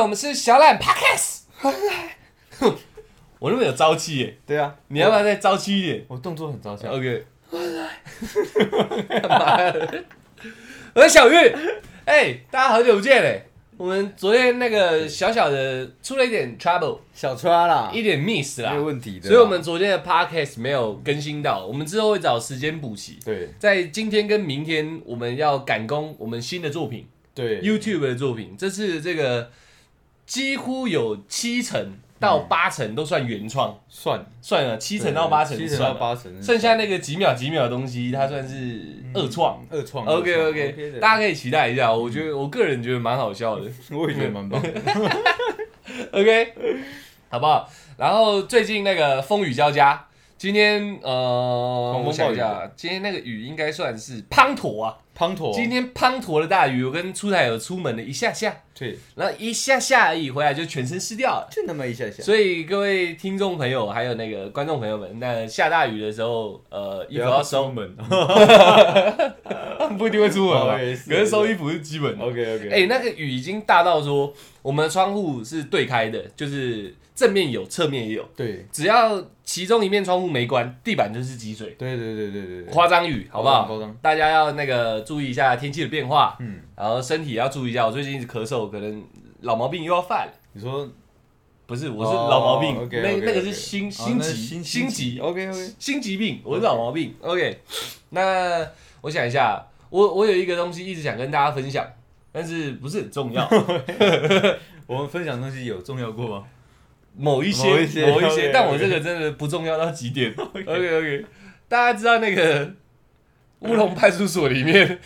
我们是小懒 Podcast。 我那么有朝气耶，对啊，你要不要再朝气一点我动作很招笑。 ？OK， 我是小玉，哎、大家好久不见嘞！我们昨天那个小小的出了一点 trouble，小川啊啦，一点 miss 啦没，问题的啦。所以我们昨天的 podcast 没有更新到，我们之后会找时间补齐。对在今天跟明天，我们要赶工我们新的作品对 YouTube 的作品，这次这个几乎有七成到八成都算原创，算算了，七成到八成七成算到了，八成，剩下那个几秒几秒的东西，它算是二创。二创。 OK 二创 OK，的大家可以期待一下，我嗯觉得我个人觉得蛮好笑的。我也觉得蛮棒的。 OK，好不好？然后最近那个风雨交加，今天呃，狂我风暴雨想一下，今天那个雨应该算是滂沱啊。滂沱，今天滂沱的大雨，我跟出台有出门了一下下，对，然后一下下而已，回来就全身湿掉了。就那么一下下，所以各位听众朋友，还有那个观众朋友们，那下大雨的时候，呃，衣服要收，门。 不一定会出门 嘛，哦也是可是收衣服是基本的。 OK OK，哎、那个雨已经大到说，我们的窗户是对开的，就是正面有，侧面也有。对只要其中一面窗户没关，地板就是积水。对对对对对对，夸张雨，好不好夸张？大家要那个注意一下天气的变化，嗯，然后身体也要注意一下。我最近一直咳嗽，可能老毛病又要犯了。你说不是，我是老毛病，哦，OK，那 OK，那个 OK 是心哦心那疾，心心疾， OK OK，心疾病，我是老毛病。OK，那我想一下，我我有一个东西一直想跟大家分享，但是不是很重 要。我们分享的东西有重要过吗？某一些，某一些某一些 OK，OK 但我这个真的不重要到极 点。OK OK，大家知道那个乌龙派出所里面，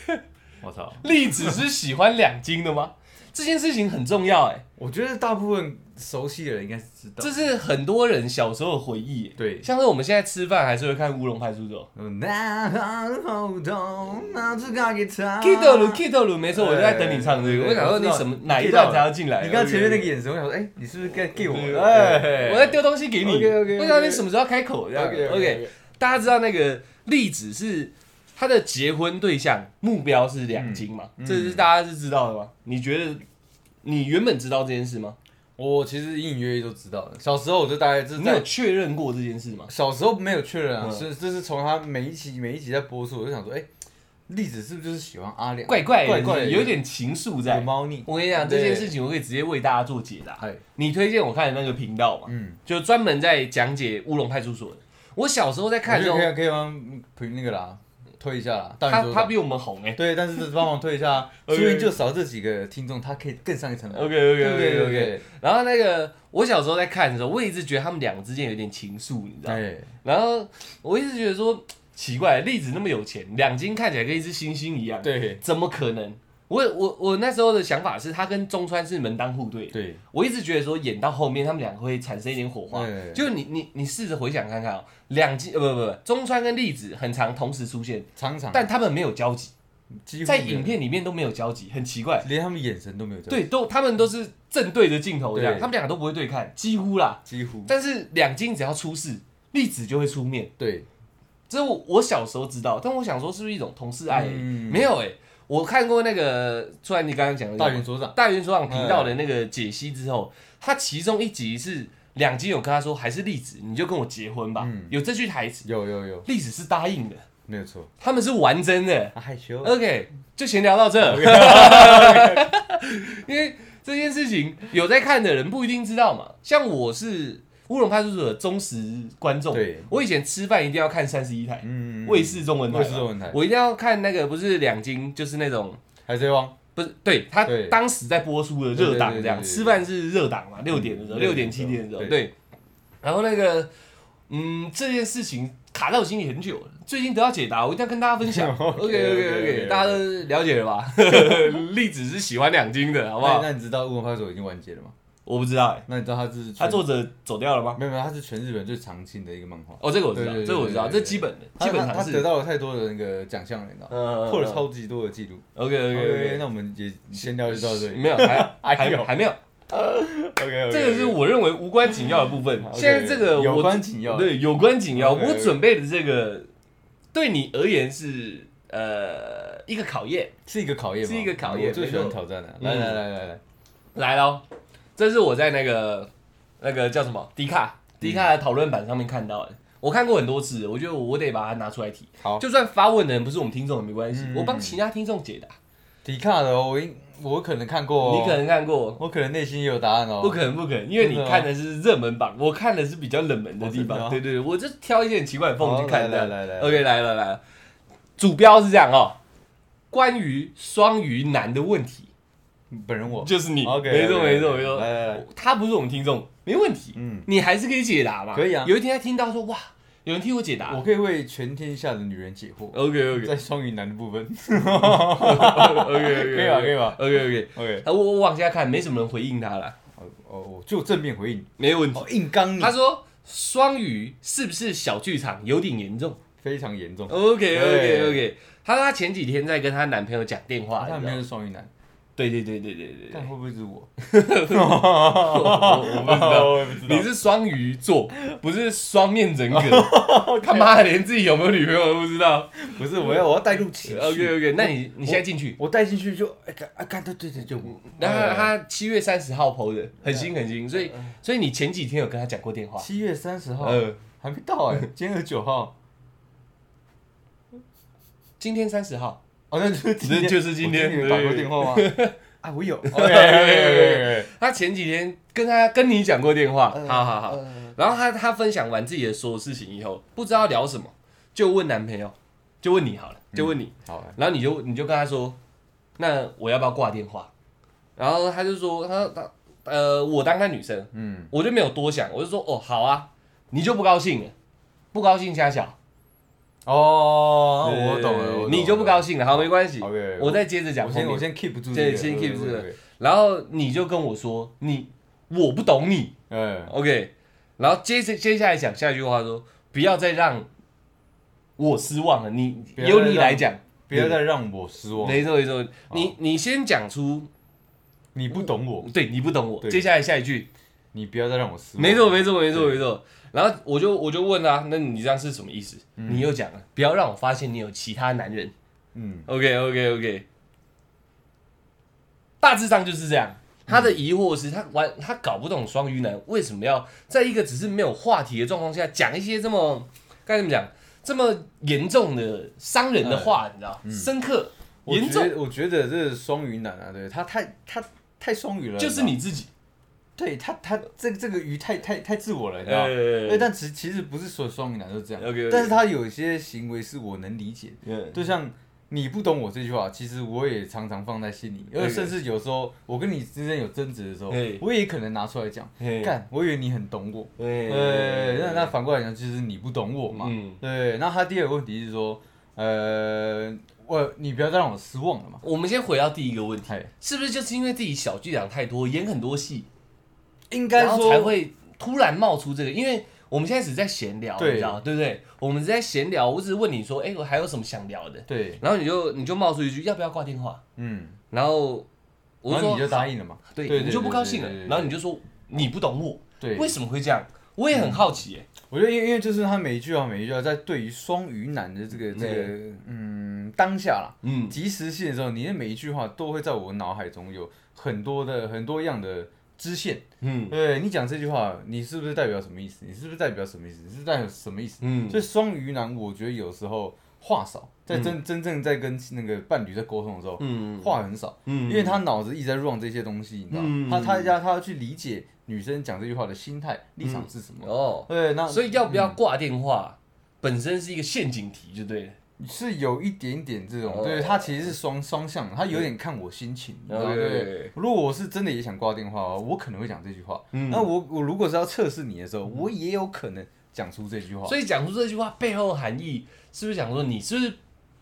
我操，栗子是喜欢两金的 吗？这件事情很重要哎、我觉得大部分熟悉的人应该是知道这。是很多人小时候的回忆、欸。对，像是我们现在吃饭还是会看《乌龙派出所那好痛，拿出那吉他》。 ，Kid 鲁 Kid 鲁，没错，我就在等你唱这个。哎我想说你我知道什么你哪一 get 段到才要进来？你刚刚前面那个 OK，OK 眼神，我想说，哎，你是不是该给我对？对哎，我在丢东西给你。 OK，OK，OK 我想你什么时候开口这样 OK，OK，OK OK，大家知道那个栗子是他的结婚对象目标是两金嘛？嗯嗯这是大家是知道的吗？你觉得你原本知道这件事吗？我其实隐隐约约都知道了，小时候我就大概就是你在有确认过这件事吗？小时候没有确认啊，嗯是这是从他每一期每一集在播出，我就想说，哎、栗子是不是就是喜欢阿良？怪怪的，怪怪的有点情愫在有。猫腻。我跟你讲这对件事情，我可以直接为大家做解答。哎，你推荐我看的那个频道嘛，嗯，就专门在讲解乌龙派出所的。我小时候在看看的可时候，以可以帮忙推那个啦，推一下啦。大他圆桌他长比我哦们红哎。对，但是帮忙推一 下啊，说 OK，OK 不定就少这几个听众，他可以更上一层楼。 OK OK 对不 OK 对 OK。对然后那个我小时候在看的时候，我一直觉得他们俩之间有点情愫，你知道吗？哎，然后我一直觉得说奇怪，栗子那么有钱，两金看起来跟一只星星一样，对怎么可能？我我我那时候的想法是，他跟中川是门当户对的。对，我一直觉得说演到后面他们两个会产生一点火花对，就你你你试着回想看看哦，两金呃不不不，中川跟栗子很常同时出现，常常，但他们没有交集，几乎在没有影片里面都没有交集，很奇怪。连他们眼神都没有这样，对，都他们都是正对着镜头这样，对他们两个都不会对看，几乎啦。几乎但是两金只要出事，栗子就会出面。对，这我我小时候知道，但我想说是不是一种同事爱而已？嗯没有哎、我看过那个，突然你刚刚讲的大圆嗯所长，大原所长频道的那个解析之后，他其中一集是两金有跟他说，还是栗子，你就跟我结婚吧，嗯有这句台词，有有有，栗子是答应的，没有错，他们是玩真的。他害羞， OK，就闲聊到这。 因为这件事情有在看的人不一定知道嘛。像我是乌龙派出所的忠实观众，对我以前吃饭一定要看三十一台、嗯，卫视中文台嘛，啊卫视中文台我一定要看那个不是两金，就是那种海贼王，不是对他对当时在播出的热档对对对这样，对对对吃饭是热档嘛，六点的时候，嗯六点七点的时候，对对。然后那个，嗯，这件事情卡在我心里很久了，最近得到解答，我一定要跟大家分 享。OK OK OK， OK，OK，OK，大家都了解了 吧？栗子是喜欢两金的，好好不好？那你知道《乌龙派出所》已经完结了吗？我不知道哎，那你知道他是他作者走掉了吗？没有没有，他是全日本最常青的一个漫画，哦，这个我知道，对对对这个我知道，对对这对基本的，他基本他常他得识。到了太多的那个奖项了，你知道吗？嗯破了超级多的记录。 OK OK OK，那我们也先聊就到这 OK，里。没有，还 还还有还没有， OK，这个是我认为无关紧要的部分。现在这个我有关紧要，对，有关紧要。 OK，我 OK 准备的这个，对你而言是呃一个考验。是一个考验吗，是一个考验我最喜欢没错挑战的。嗯来来来来来，来喽，这是我在那个那个叫什么迪卡嗯迪卡的讨论版上面看到的。我看过很多次，我觉得我得把它拿出来提。好就算发问的人不是我们听众也没关系，嗯我帮其他听众解答。迪卡的哦，我应我可能看过、哦，你可能看过，我可能内心也有答案哦。不可能不可能，因为你真的吗看的是热门榜，我看的是比较冷门的地哦真的方。哦对对对，我就挑一些很奇怪的缝好去看来的。来来来 OK，来了来了，主标是这样哦，关于双鱼男的问题，本人我就是你 OK，没错没错没来错，来来，他不是我们听众，没问题，嗯，你还是可以解答嘛。可以啊有一天他听到说哇，有人替我解答我可以为全天下的女人解惑， ，OK 嗯 OK 在双鱼男的部分 OK OK， 可以吧可以吧？OK OK， ，OK，我我往下看，没什么人回应他了，哦哦，我就正面回应，没问题。哦，硬刚你，他说双鱼是不是小剧场有点严重非常严重， ？OK OK 对 OK，她说她前几天在跟她男朋友讲电话，他你知没道有吗是双鱼男，对对对对对啊对对但，会不会是我？哦我 我不知道。我也不你是双鱼座，不是双面人格，他妈的连自己有没有女朋友都不知道。不是我要我要带入情 OK 绪， OK，那你你现在进去，我带进去就哎干啊干对对对就我，然后哎嗯他七月三十号 PO 的，很新很新，所以所以你前几天有跟他讲过电话，七月三十号呃，还没到哎，今天二十九号，今天三十号，哦那就是今那天就是今天我有打过对电话吗？ 啊 我有，OK 他前几天跟他跟你讲过电话，好好好，呃然后他他分享完自己的所有事情以后，不知道聊什么，就问男朋友，就问你好了，就问你，好，然后你就你就跟他说，那我要不要挂电话？然后他就说，他说他呃，我当他女生，嗯，我就没有多想，我就说哦好啊，你就不高兴了，不高兴瞎想。哦，对我对懂对了，我懂你就不高兴了，好没关系了。OK，我再接着讲我后先面，我先 keep 住这个，对先 keep 住这个对，然后你就跟我说你我不懂你嗯， ，OK，然后接着接下来讲下一句话说不要再让我失望了，你不要再由你来让讲，不要再让我失望，没错没错，你你先讲出你不懂我，对你不懂我，对接下来下一句你不要再让我失望，没错没错没错没错，然后我就我就问啊，那你这样是什么意思？你又讲了，不要让我发现你有其他男人。嗯， OK OK OK，大致上就是这样。他的疑惑是他玩他搞不懂双鱼男为什么要在一个只是没有话题的状况下讲一些这么该怎么讲这么严重的伤人的话，你知道？深刻我严重觉得我觉得这是双鱼男啊，对他太他太双鱼了，就是知道吗，你自己。对他他这这个鱼太太太自我了，你知道吗？对，对但其其实不是所有双鱼男都这样 OK，OK 但是他有些行为是我能理解的，对就像你不懂我这句话，其实我也常常放在心里，因为对甚至有时候我跟你之间有争执的时候嘿，我也可能拿出来讲。嘿干，我以为你很懂我，对对，那那反过来讲，就是你不懂我嘛。嗯对，那他第二个问题是说，呃，我你不要再让我失望了嘛。我们先回到第一个问题，哎，是不是就是因为自己小剧场太多，演很多戏，应该然后说才会突然冒出这个，因为我们现在只是在闲聊，对你知道对不对？我们只是在闲聊，我只是问你说，哎、我还有什么想聊的？对，然后你就你就冒出一句要不要挂电话？嗯，然后我然就后说你就答应了嘛。对，对对我就不高兴了对对对。对然后你就说你不懂我，对，为什么会这样？我也很好奇、耶我觉得因为因为就是他每一句话每一句话，在对于双鱼男的这个这个嗯当下啦，嗯，即时性的时候，你的每一句话都会在我脑海中有很多的很多样的支线。嗯对你讲这句话，你是不是代表什么意思？你是不是代表什么意思？你是代表什么意思？嗯所以双鱼男，我觉得有时候话少，在真、真正在跟那个伴侣在沟通的时候，嗯话很少，嗯因为他脑子一直在 run 这些东西，你知道吗？嗯他他要他要去理解女生讲这句话的心态立场是什么。哦，对，那所以要不要挂电话、本身是一个陷阱题，就对了。是有一点点这种，哦对他其实是双双向的，他有点看我心情，你知道吗？对对哦对不对对？如果我是真的也想挂电话，我可能会讲这句话。嗯那我我如果是要测试你的时候，我也有可能讲出这句话。所以讲出这句话背后的含义，是不是想说你是不是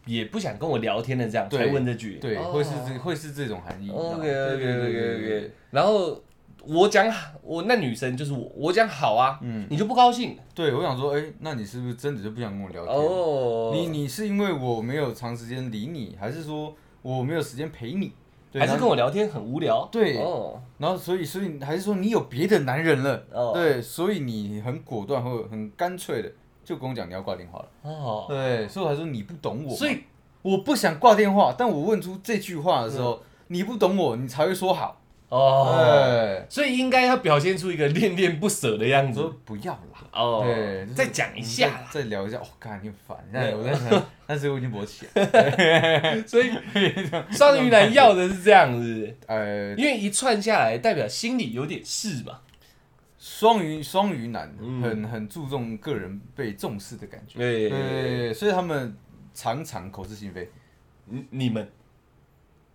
也不想跟我聊天的这样对才问这句？对，哦会是这会是这种含义。你知道吗 OK 对 OK 对对 OK 对对 OK。然后我讲我那女生就是我，我讲好啊，嗯你就不高兴对，我想说，哎、那你是不是真的就不想跟我聊天？哦。你你是因为我没有长时间理你，还是说我没有时间陪你？对，还是然跟后我聊天很无聊？对哦，然后所以所以还是说你有别的男人了？哦对，所以你很果断或者很干脆的就跟我讲你要挂电话了。哦，对，所以我还说你不懂我嘛，所以我不想挂电话，但我问出这句话的时候，你不懂我，你才会说好。哦，对，所以应该要表现出一个恋恋不舍的样我说子不要啦，哦对就。是再讲一下啦，再聊一下，哦，干你很烦， 那我在想，但是我已经勃起了，所 以双鱼男要的是这样子，呃，因为一串下来代表心里有点事嘛。双鱼双鱼男嗯很很注重个人被重视的感觉，对对，所以他们常常口是心非。你你们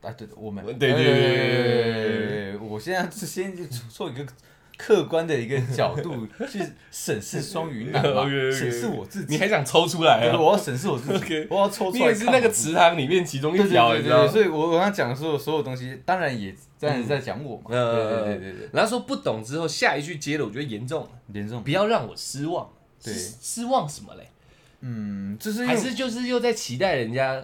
啊，对，我们对呃对对对对对对对，我现在是先做一个客观的一个角度去审视双鱼男嘛， OK，OK，OK 审视我自己，你还想抽出来对啊？我要审视我自己 OK，我要抽出你来看我也自是己。那个池塘里面其中对一对条，对你对知道对，吗？嗯所以我我刚刚讲的所有所有东西，当然也当然是在讲我嘛，对对对对对，然后说不懂之后，下一句接的我觉得严重了，严重不，要让我失望。对失失望什么嘞？嗯，就是因为还是就是又在期待人家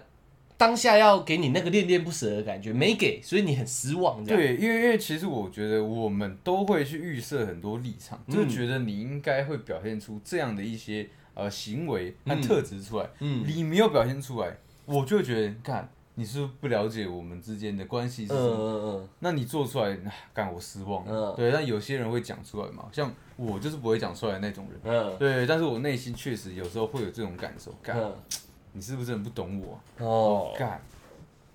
当下要给你那个恋恋不舍的感觉，没给，所以你很失望这样。对，因为因为其实我觉得我们都会去预设很多立场，就嗯觉得你应该会表现出这样的一些呃行为和嗯特质出来，嗯你没有表现出来，我就会觉得看你是不是不了解我们之间的关系是什么，嗯嗯那你做出来，啊干我失望了，嗯对，但有些人会讲出来嘛，像我就是不会讲出来的那种人。嗯对，但是我内心确实有时候会有这种感受，嗯干，嗯你是不是很不懂我啊？哦。干，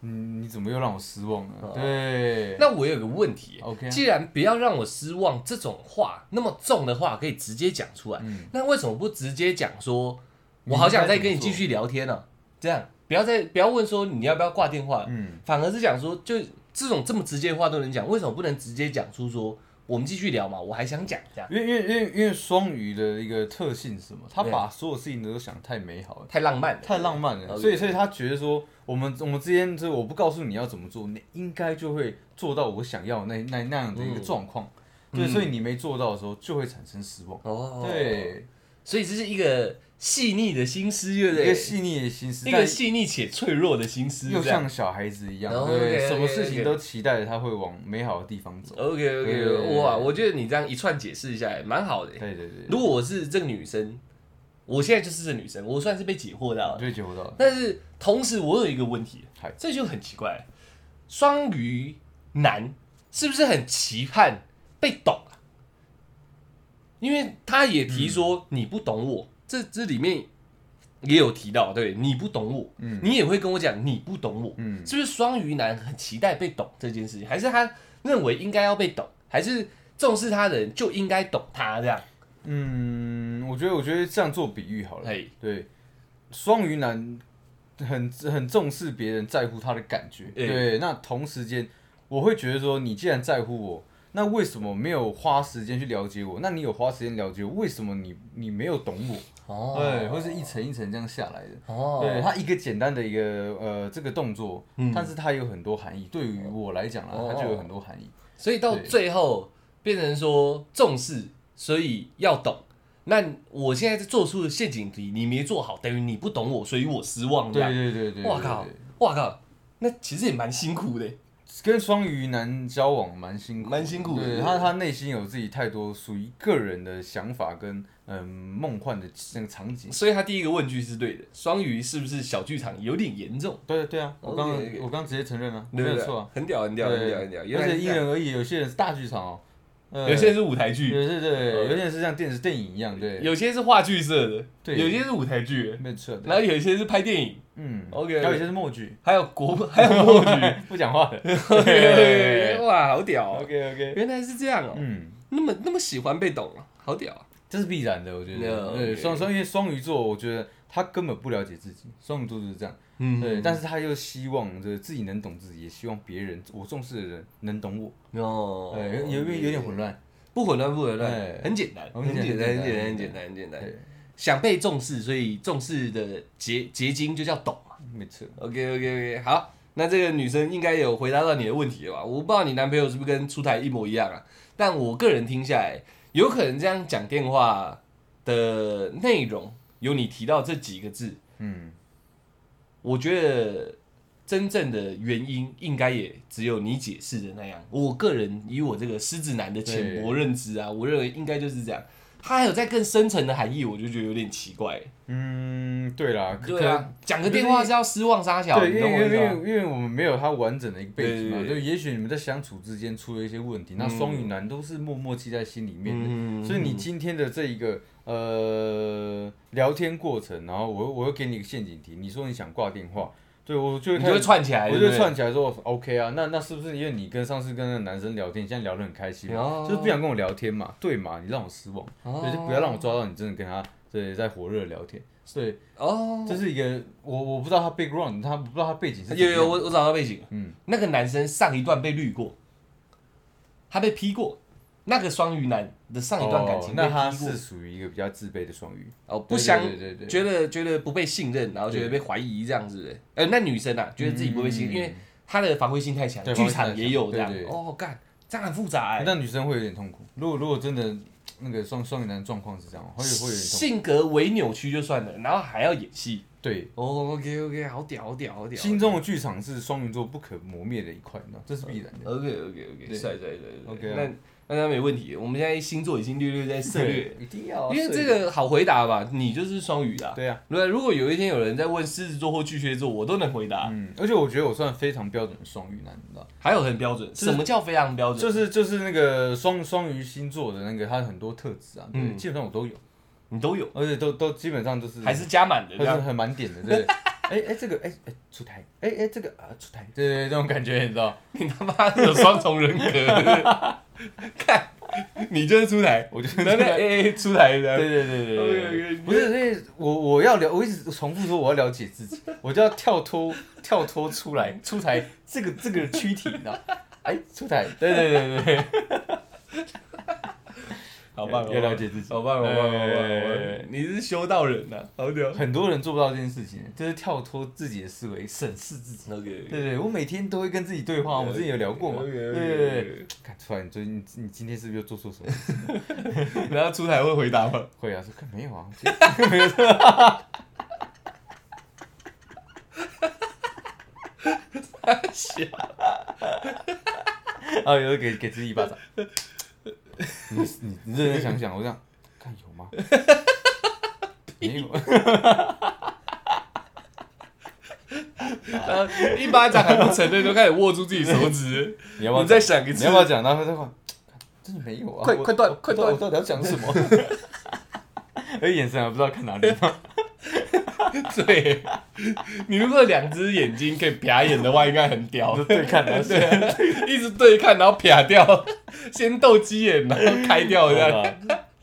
你你怎么又让我失望了？嗯对，那我有个问题 OK 啊既然不要让我失望这种话那么重的话可以直接讲出来，嗯那为什么不直接讲说，我好想再跟你继续聊天呢、啊这样不要再不要问说你要不要挂电话，嗯，反而是讲说就这种这么直接的话都能讲，为什么不能直接讲出说我们继续聊嘛？我还想讲这样，因为因为因为因为双鱼的一个特性是什么？他对把所有事情都想太美好了，太浪漫了，太浪漫了， OK 所以所以他觉得说，我们我们之间就是我不告诉你要怎么做，你应该就会做到我想要那那那样的一个状况。对，所以你没做到的时候就会产生失望。嗯哦，，对，所以这是一个细腻的心思，对不一对个？细腻的心思，一但个细腻且脆弱的心思，又这样像小孩子一样，哦对， OK，OK，OK 什么事情都期待着他会往美好的地方走。 OK 对对 OK，对哇，我觉得你这样一串解释一下来，蛮好的。对对对，如果我是这个女生，我现在就是这个女生，我算是被解惑到了。对觉悟到了，但是同时，我有一个问题嗨，这就很奇怪，双鱼男是不是很期盼被懂啊？因为他也提说嗯你不懂我，这这里面也有提到，对你不懂我，嗯你也会跟我讲你不懂我，嗯，是不是双鱼男很期待被懂这件事情，还是他认为应该要被懂，还是重视他的人就应该懂他这样？嗯，我觉得我觉得这样做比喻好了。哎，对，双鱼男很很重视别人在乎他的感觉。对对，那同时间，我会觉得说，你既然在乎我，那为什么没有花时间去了解我？那你有花时间了解我，为什么你你没有懂我？哦对，或是一层一层这样下来的。哦，对他一个简单的一个呃这个动作，嗯但是它有很多含义。对于我来讲啊，哦它就有很多含义。所以到对最后变成说重视，所以要懂。那我现在在做出的陷阱题，你没做好，等于你不懂我，所以我失望。这对样，对对对，哇对靠对对，哇靠，那其实也蛮辛苦的。跟双鱼男交往蛮辛苦的，蛮辛苦的对对他，他内心有自己太多属于个人的想法跟嗯梦幻的那个场景。所以他第一个问句是对的，双鱼是不是小剧场有点严重？对对啊，我刚 OK，OK 我刚直接承认了，没哦对不有对错啊，很屌，很屌，很屌，很屌。对原来而且是这因样人而异，有些人是大剧场哦，呃有些人是舞台剧，有些对，呃有些人是像电视电影一样，对，有些是话剧社的，对有些是舞台剧，没有错的，然后有些是拍电影，嗯 OK，还有一些是默剧， 还有国，还有默剧。不讲话的 OK，哇， 好屌哦！ ，OK OK， 原来是这样哦。嗯，那么那么喜欢被懂啊，好屌啊！这是必然的，我觉得， Yeah，对， OK 双双因为双鱼座，我觉得他根本不了解自己，双鱼座就是这样。嗯对，但是他又希望就是自己能懂自己，也希望别人我重视的人能懂我，哦对，有有有点混乱，不混乱，不混乱哎，很简单，很很简简单，单很简单，很很简简单，很简单对。想被重视，所以重视的结结晶就叫懂嘛。没错。 OK OK OK，好，那这个女生应该有回答到你的问题了吧？我不知道你男朋友是不是跟出台一模一样啊，但我个人听下来，有可能这样讲电话的内容有你提到这几个字，嗯，我觉得真正的原因应该也只有你解释的那样。我个人以我这个狮子男的浅薄认知啊，我认为应该就是这样。它还有在更深层的含义，我就觉得有点奇怪。嗯，对啦，可对啊，讲个电话是要失望撒可小，能你对，懂因我为意因思为吗？因为我们没有他完整的一个背景嘛，对对对就也许你们在相处之间出了一些问题，那双鱼男都是默默记在心里面的，嗯所以你今天的这一个呃聊天过程，然后我又我又给你一个陷阱题，你说你想挂电话，对我就会你开就始会串起来，我对就不对串起来说 OK 啊，那那是不是因为你跟上次跟那个男生聊天，你现在聊得很开心嘛哦，就是不想跟我聊天嘛，对嘛，你让我失望，所以就不要让我抓到你真的跟他对在火热地聊天，对，哦，这是一个我我不知道他 background，他不知道他背景是怎么有样有我我找到背景，嗯嗯，那个男生上一段被绿过，他被劈过，那个双鱼男的上一段感情哦被那他劈过是，属于一个比较自卑的双鱼，哦，不相对对对对觉得觉得不被信任，然后觉得被怀疑这样子的，呃，那女生啊，觉得自己不被信任，嗯因为她的防卫心太强对，剧场也有这样防卫心，太哦，干，这样很复杂哎，那女生会有点痛苦。如果如果真的那个双双鱼男状况是这样，会会有点痛苦。性格伪扭曲就算了，然后还要演戏，对，哦，OK OK，好屌，好屌，好屌，心中的剧场是双鱼座不可磨灭的一块，你知道这是必然的。 OK OK OK，对帅帅帅 OK 帅，啊那那那没问题，我们现在星座已经略略在涉略。对，一定要啊因为这个好回答吧，你就是双鱼啊。对啊，对，如果有一天有人在问狮子座或巨蟹座，我都能回答，嗯，而且我觉得我算非常标准的双鱼男，你知道，还有很标准。是什么叫非常标准？哦就是就是那个双双鱼星座的那个，他很多特质啊，对，嗯基本上我都有，你都有，而且都都基本上都是还是加满的还这是样。很满点的，对。 哎哎，这个哎哎出台，哎哎这个啊出台，对对对，这种感觉你知道，你他妈的有双重人 格，看你就是出台，我就然后那 A A 出台 对的，对对对对 OK，OK，对，不是，因为我我要了，我一直重复说我要了解自己，我就要跳脱 跳脱出来，出台这个这个躯体，你知道？哎，出台，对对对对对，好棒，要了解，解自己，好棒，好棒，好棒好哎棒！你是修道人呐，好屌。 很多人做不到这件事情，就是跳脱自己的思维，审视自己。 OK，对对，我每天都会跟自己对话，我之前有聊过嘛。对对对对，看出来你最近你今天是不是又做错什么？ 然后出台会回答吗？会啊，说看没有啊，啊，有时候给给自己一巴掌。你你你认真想想，我这样，看有吗？没有。啊然后一巴掌还不承认，就开始握住自己手指。你 要不要你再想一你次要不要讲？然后再换，真的没有啊！快我快断我快我断到底要讲什 么？而眼神还不知道看哪里。 对，你如果两只眼睛可以瞟眼的话，应该很屌。对啊看哪里？对，一直对看，然后瞟掉，先斗鸡眼，然后开掉这样，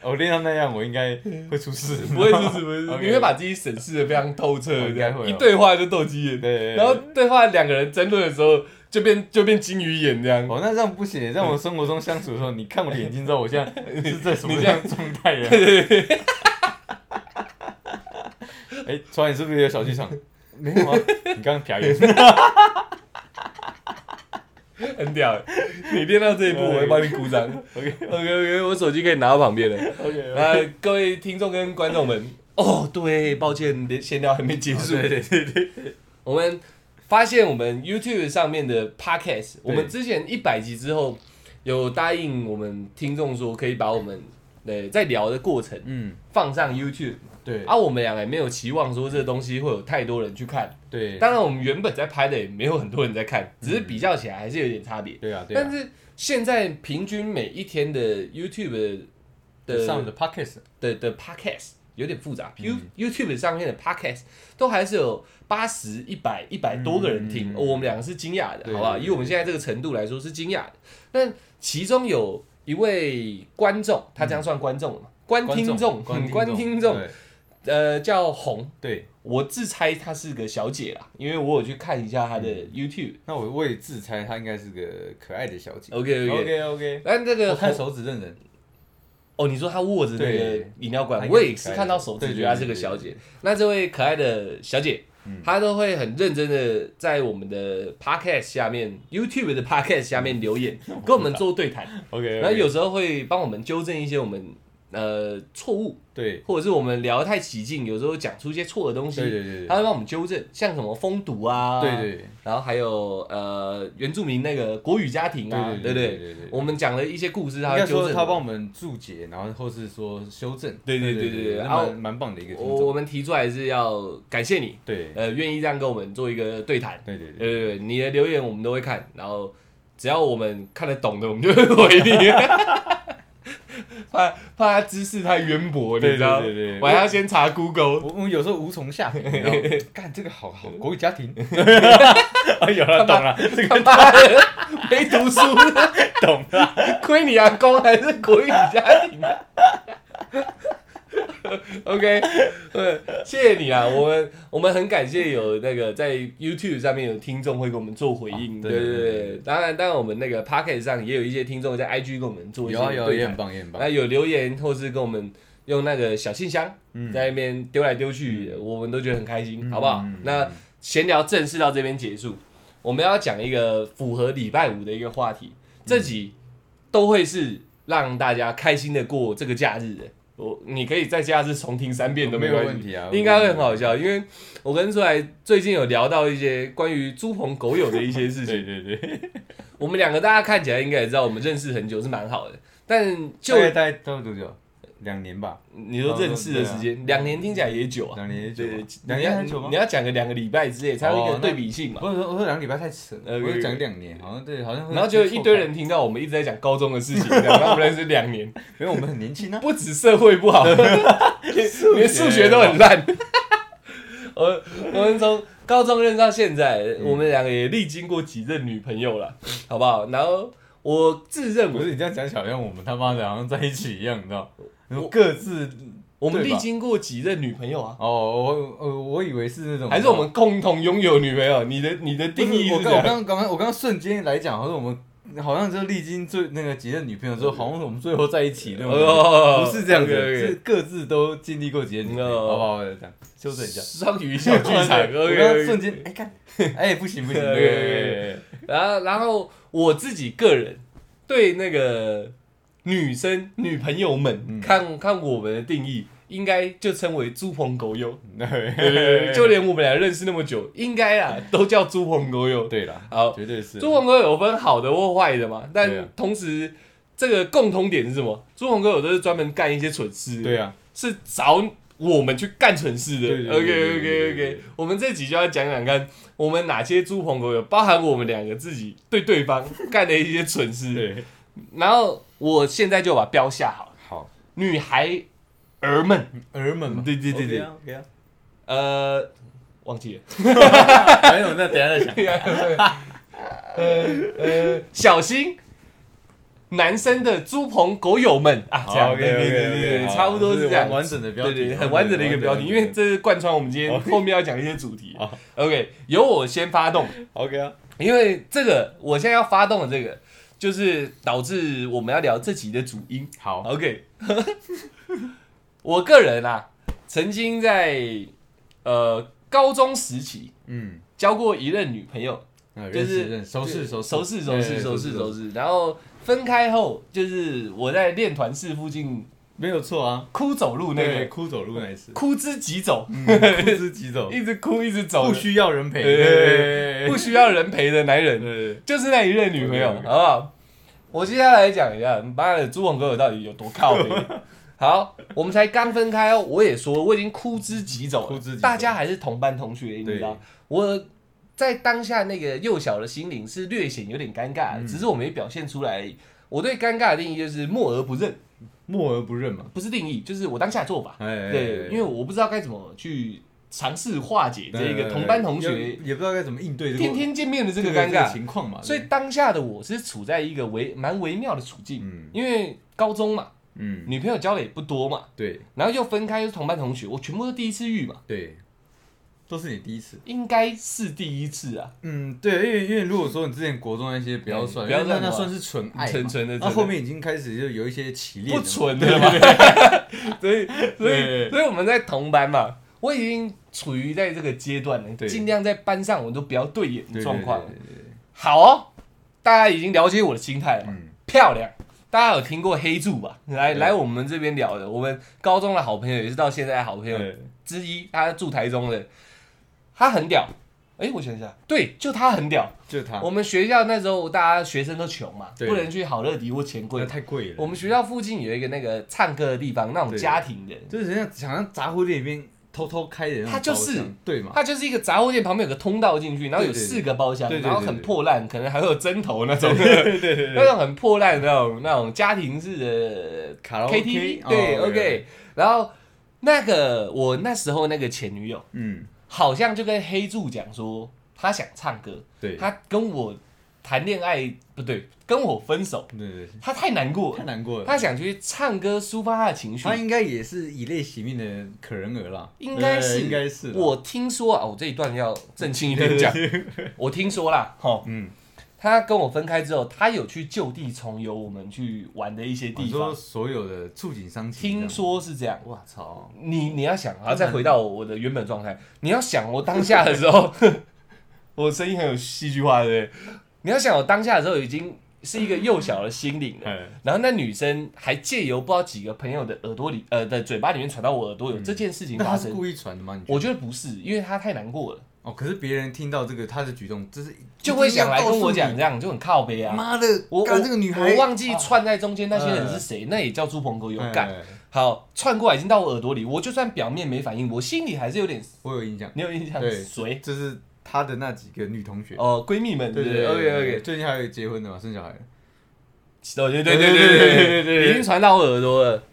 我练到那样，我应该会出事。 不会出事，不会出事 OK 你会把自己审视的非常透彻，应这该样会哦一对话就斗鸡眼，对对对然后对话两个人争论的时候，就变就变金鱼眼这样。哦，那这样不行，在我生活中相处的时候，你看我的眼睛，知道我现在是在什么你这样样的状态呀？哎，川，你是不是有小剧场？没有啊，你刚刚瞟眼，很屌欸，你练到这一步，我会帮你鼓 掌。OK OK OK，我手机可以拿到旁边了。 OK，OK 那呃各位听众跟观众们， 哦，对，抱歉，连闲聊还没结束。对对对，我们发现我们 YouTube 上面的 Podcast，我们之前一百集之后有答应我们听众说，可以把我们呃在聊的过程嗯，放上 YouTube，对啊，我们两个也没有期望说这东西会有太多人去看。对当然，我们原本在拍的也没有很多人在看，只是比较起来还是有点差别。对啊，对但啊，是现在平均每一天的 YouTube 的上的 podcast 的的 Podcast 有点复杂，You 嗯 YouTube 上面的 Podcast 都还是有八十、一百、一百多个人听，嗯哦我们两个是惊讶的，对好不好？对对以我们现在这个程度来说是惊讶的。但其中有一位观众，他这样算观众了嘛？观听众，嗯观嗯观听众，对呃，叫红，对。我自猜她是个小姐啦，因为我有去看一下她的嗯 YouTube。那我我也自猜她应该是个可爱的小姐。 OK OK， OK OK，但这个我看红手指认人，哦，你说她握着那个对饮料她管，应该我是也可是爱看的到手对指对觉得她对是个对小对嗯姐。那这位可爱的小姐，她都会很认真的在我们的 podcast 下面、YouTube 的 podcast 下面留言，跟我们做对谈， OK，然后有时候会帮我们纠正一些我们呃错误，对或者是我们聊得太起劲，有时候讲出一些错的东西，对对对对他会帮我们纠正，像什么封堵啊，对对，然后还有呃原住民那个国语家庭啊，对对不对对对对我们讲了一些故事，他呃会应该纠说正他帮我们注解，然后或是说修正。对对对对对对对，那啊蛮蛮棒的一个听我我众。们提出来是要感谢你，对呃，愿意这样跟我们做一个对谈，对对对，对对对，你的留言我们都会看，然后只要我们看得懂的，我们就会回 你。怕怕他知识太渊博，你对知道？对对对我还要先查 Google，我我们有时候无从下手，你知道吗 干这个好好国语家庭。啊， 有他了，妈懂了， 这他个妈的没读书，懂了。亏你阿公还是国语家庭。OK，呃，谢谢你啊，我们我们很感谢有那个在 YouTube 上面有听众会给我们做回应，啊对对对对对对，当然当然我们那个 Pocket 上也有一些听众在 IG 跟我们做一些有啊有啊，对也谈很棒，也很棒那。有留言或是跟我们用那个小信箱，在那边丢来丢去，我们都觉得很开心，好不好？嗯嗯嗯那闲聊正式到这边结束，我们要讲一个符合礼拜五的一个话题，嗯这集都会是让大家开心的过这个假日的。我你可以在假日重听三遍都没有关系，问题啊应该会很好笑，因为我跟出来最近有聊到一些关于猪朋狗友的一些事情，对对对，我们两个大家看起来应该也知道，我们认识很久是蛮好的，但就就大概大概多久？两年吧，你说认识的时哦间，两、年听起来也久啊。两年也久对你吧，，啊两要年很久吗你？要讲个两个礼拜之类，才有一哦个那对比性嘛。不是，我说两个礼拜太扯了，呃我就讲两年，好像对，好像会然后就错一堆开，人听到我们一直在讲高中的事情，这样然后我们认识两年，因为我们很年轻啊。不止社会不好，连连数学都很烂。 我我们从高中认识到现在，嗯我们两个也历经过几任女朋友了，好不好？然后我自认 不为是你这样讲，好像我们他妈的好像在一起一样，你知道？我各自我们对吧历经过几任女朋友啊，哦，我呃我以为是那种，还是我们共同拥有女朋友？你的你的不是定义我是刚这我样？刚刚我刚刚瞬间来讲，好像我们好像就历经最那个几任女朋友之后，好像我们最后在一起那种感哦觉，不是这样子， OK，OK 是各自都经历过几任女朋友，哦好不好？这样修正一 下。双鱼小 剧场我刚刚，OK。瞬间哎看，哎不行不 行，对对对对然后，然后我自己个人对那个女生女朋友们、嗯看看我们的定义，应该就称为猪朋狗友。 对对对对，对，就连我们俩认识那么久，应该啊都叫猪朋狗友。对啦，好，绝对是猪朋狗友有分好的或坏的嘛，但对啊同时。这个共同点是什么？猪朋狗友都是专门干一些蠢事，对啊，是找我们去干蠢事的。对对 OK 对对 OK 对对 OK，我们这集就要讲讲看，我们哪些猪朋狗友，包含我们两个自己对对方干的一些蠢事。对，然后我现在就把标下好了，好，女孩儿们，儿们嘛，对对对对 OK 啊，呃，忘记了，没有，那等一下再讲。呃呃，小心。男生的猪朋狗友们啊，这样好，OK，OK，OK，对对对对对，好差不多是这样完，完整的标对题，对，对很完整的一个标题，因为这是贯穿我们今天后面要讲一些主题好。 OK，由我先发动， OK 啊，因为这个我现在要发动的这个，就是导致我们要聊这集的主因。好， OK，我个人啊，曾经在呃高中时期嗯，交过一任女朋友，啊就认识是认识熟识熟熟识识熟识熟识熟，识，然后分开后，就是我在练团市附近没有错啊。哭走路那对，嗯个，哭走路那一次，哭之即走，哭之即走，一直哭一直走，不需要人陪，对对对不需要人陪的男人，对就是那一任女朋友，好不好？我接下来讲一下，妈的，朱红哥到底有多靠北？ 好，我们才刚分开哦，我也说我已经哭之即走了，哭之即走大家还是同班同学，你知道对？我在当下那个幼小的心灵是略显有点尴尬嗯的，只是我没表现出来而已。我对尴尬的定义就是默而不认，默而不认嘛，不是定义，就是我当下的做法。哎，对，因为我不知道该怎么去尝试化解这一哎个同班同学也不知道该怎么应对这个天天见面的这这个个尴尬。情况嘛，所以当下的我是处在一个微蛮微妙的处境，嗯因为高中嘛，嗯，女朋友交的也不多嘛，对然后又分开，又是同班同学，我全部都第一次遇嘛，对，都是你第一次。应该是第一次啊，嗯，对，因为因为如果说你之前国中那些不要算，嗯不要因为那算那嘛算是纯爱嘛，纯纯的那后面已经开始就有一些起恋不了嘛，纯的嘛，所以 所以对所以我们在同班嘛，我已经处于在这个阶段了，对尽量在班上我都不要对眼的对状况。对对对对好哦，大家已经了解我的心态了嘛，嗯漂亮，大家有听过黑柱吧？来来，我们这边聊的，我们高中的好朋友也是到现在的好朋友对之一，他住台中的，他很屌。哎、我想一下，对，就他很屌。就他，我们学校那时候大家学生都穷嘛，啊对不能去好乐迪或钱柜那。太贵了。我们学校附近有一个那个唱歌的地方，那种对家庭的，就是人家想像杂货店里面偷偷开的那种他就是包厢对嘛？它就是一个杂货店，旁边有个通道进去，然后有对对对四个包厢，对对对然后很破烂，可能还会有针头那 种，那种很破烂的那种那种家庭式的卡拉 KTV，、 OK，对、哦 o k 然后那个我那时候那个前女友，嗯，好像就跟黑柱讲说，她想唱歌，对，她跟我谈恋爱不对，跟我分手，对对，对她太难过太了，难过了。她想去唱歌抒发她的情绪他。应该也是以泪洗面的可人儿啦，应该是对应该是啦我听说啊，我这一段要正经一点 讲，我听说啦，吼，嗯，他跟我分开之后，他有去就地重游我们去玩的一些哦你地说方，所有的触景伤情，听，说是这样。哇操，你你要想，然后再回到我的原本状态，你要想我当下的时候，我声音很有戏剧化，对不对？你要想我当下的时候已经是一个幼小的心灵了，哎，然后那女生还借由不知道几个朋友的耳朵里，呃的嘴巴里面传到我耳朵有这件事情那发他是生，故意传的吗？你觉得我觉得不是，因为她太难过了。哦，可是别人听到这个他的举动，这是就会想来跟我一讲，定这样就很靠背要告诉你，啊。妈的，我干我这个女孩我忘记串在中间那些人嗯是谁，那也叫猪朋狗友干。哎好，串过来已经到我耳朵里，我就算表面没反应，我心里还是有点，我有印象，你有印象？对谁？就是他的那几个女同学，哦，闺蜜们，对不对？OK OK，最近还有结婚的嘛，生小孩了，哦，对对对对对对对对对对对，已经传到我耳朵了。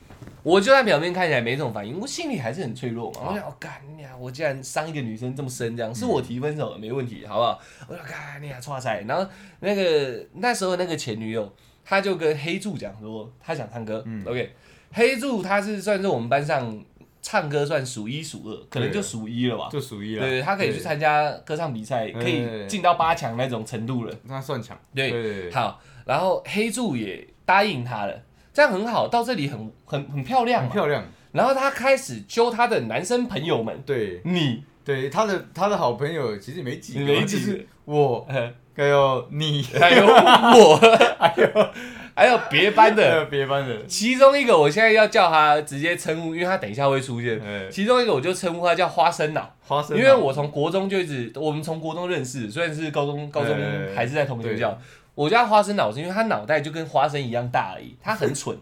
我就算表面看起来没这种反应，我心里还是很脆弱嘛。我想，哦，嗯干你啊！我竟然伤一个女生这么深，这样是我提分手的，没问题，好不好？我想，干你啊，错赛。然后那个那时候那个前女友，她就跟黑柱讲说，她想唱歌。嗯 OK，黑柱他是算是我们班上唱歌算数一数二，可能就对数一了吧。就属于了，啊对，他可以去对参加歌唱比赛，可以对进到八强那种程度了。那算强，对对对，好，然后黑柱也答应他了，这样很好，到这里很很很漂亮很嘛。漂亮，然后他开始揪他的男生朋友们，对你对，他的他的好朋友其实没几个，没几个就是我，呃还有你，还有 我，还有还有别班还的，有别班的，其中一个我现在要叫他直接称呼，因为他等一下会出现。呃，其中一个我就称呼他叫花生脑，花生啊，因为我从国中就一直，我们从国中认识，虽然是高中，高中哎还是在同学校。我叫他花生脑是因为他脑袋就跟花生一样大而已，他很蠢，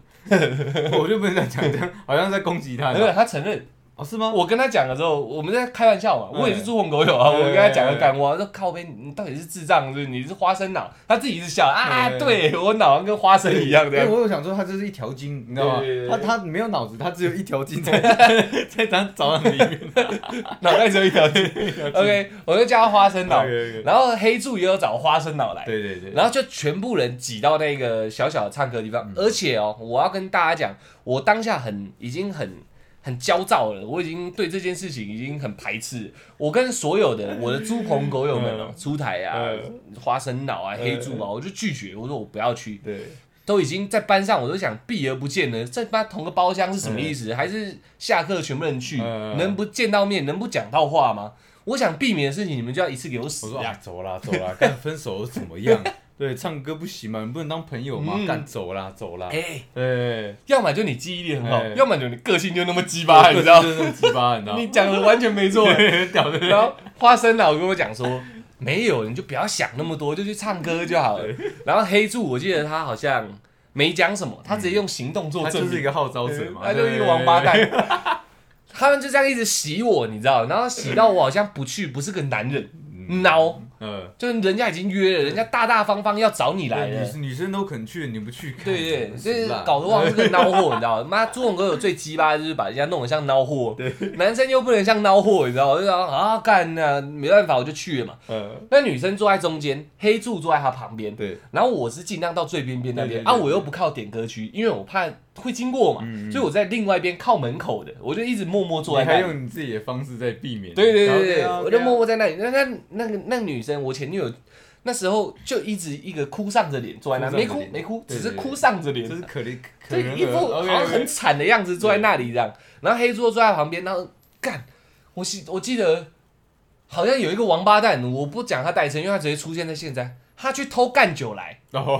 我就不能再讲这样，好像在攻击他 对不一对？样，他承认哦是吗？我跟他讲的时候，我们在开玩笑嘛，嗯我也是猪朋狗友啊，嗯我跟他讲个干话，说靠呗，你到底是智障是不是？你是花生脑，他自己一直笑啊，嗯对我脑上跟花生一样因这为样。哎我有想说，他就是一条筋，你知道吗对对对？他对他没有脑子，他只有一条 筋在在在咱澡堂里面。脑袋只有一条 筋。OK，我就叫他花生脑，对然后黑柱也有找花生脑来，对对，然后就全部人挤到那个小小的唱歌地嗯方。而且哦，我要跟大家讲，我当下很已经很。很焦躁了，我已经对这件事情已经很排斥。我跟所有的我的猪朋狗友们哦，嗯出台啊、花生脑啊、黑柱啊，我就拒绝，我说我不要去。对都已经在班上，我都想避而不见了。这班同个包厢是什么意思？还是下课全部人去，嗯能不见到面，能不讲到话吗？我想避免的事情，你们就要一次给我我死说啊啊！，走啦走啦， 看分手又怎么样？对，唱歌不行嘛，你不能当朋友嘛嗯，干走啦走啦哎、。对，要么就你记忆力很好，哎要么就你个性就那么鸡巴，你知道？就是这种鸡巴，你知道？你讲的完全没错。屌的，然后花生老跟我讲说，没有，你就不要想那么多，就去唱歌就好了。然后黑柱，我记得他好像没讲什么，他直接用行动做他证就是一明，个哎号召者嘛，他就是一对个王八。蛋。他们就这样一直洗我，你知道？然后洗到我好像不去，不是个男人孬，嗯，就是人家已经约了，人家大大方方要找你来了。女女生都肯去，你不去看， 对对，真就是是烂搞得我好像是个孬货，你知 道吗？妈，朱红哥有最鸡巴的就是把人家弄得像孬货，男生又不能像孬货，你知道吗？我就想啊，干那、没办法，我就去了嘛。嗯，那女生坐在中间，黑柱坐在她旁边，对，然后我是尽量到最边边那对边对对嗯啊，我又不靠点歌区，因为我怕会经过嘛，所以我在另外一边靠门口的，我就一直默默坐在你还那里。用你自己的方式在避免，对对对然后对，啊我就对啊默默在那里。那那那个那个女生，我前女友那时候就一直一个哭丧着脸坐在那，哭没丧着哭脸没哭，对只对是对哭丧着脸就，是可怜可对，怜一副好像 很惨的样子坐在那里这样，然后黑猪坐在旁边，然后干，我记我记得好像有一个王八蛋，我不讲他代称，因为他直接出现在现在，他去偷干酒来，啊哦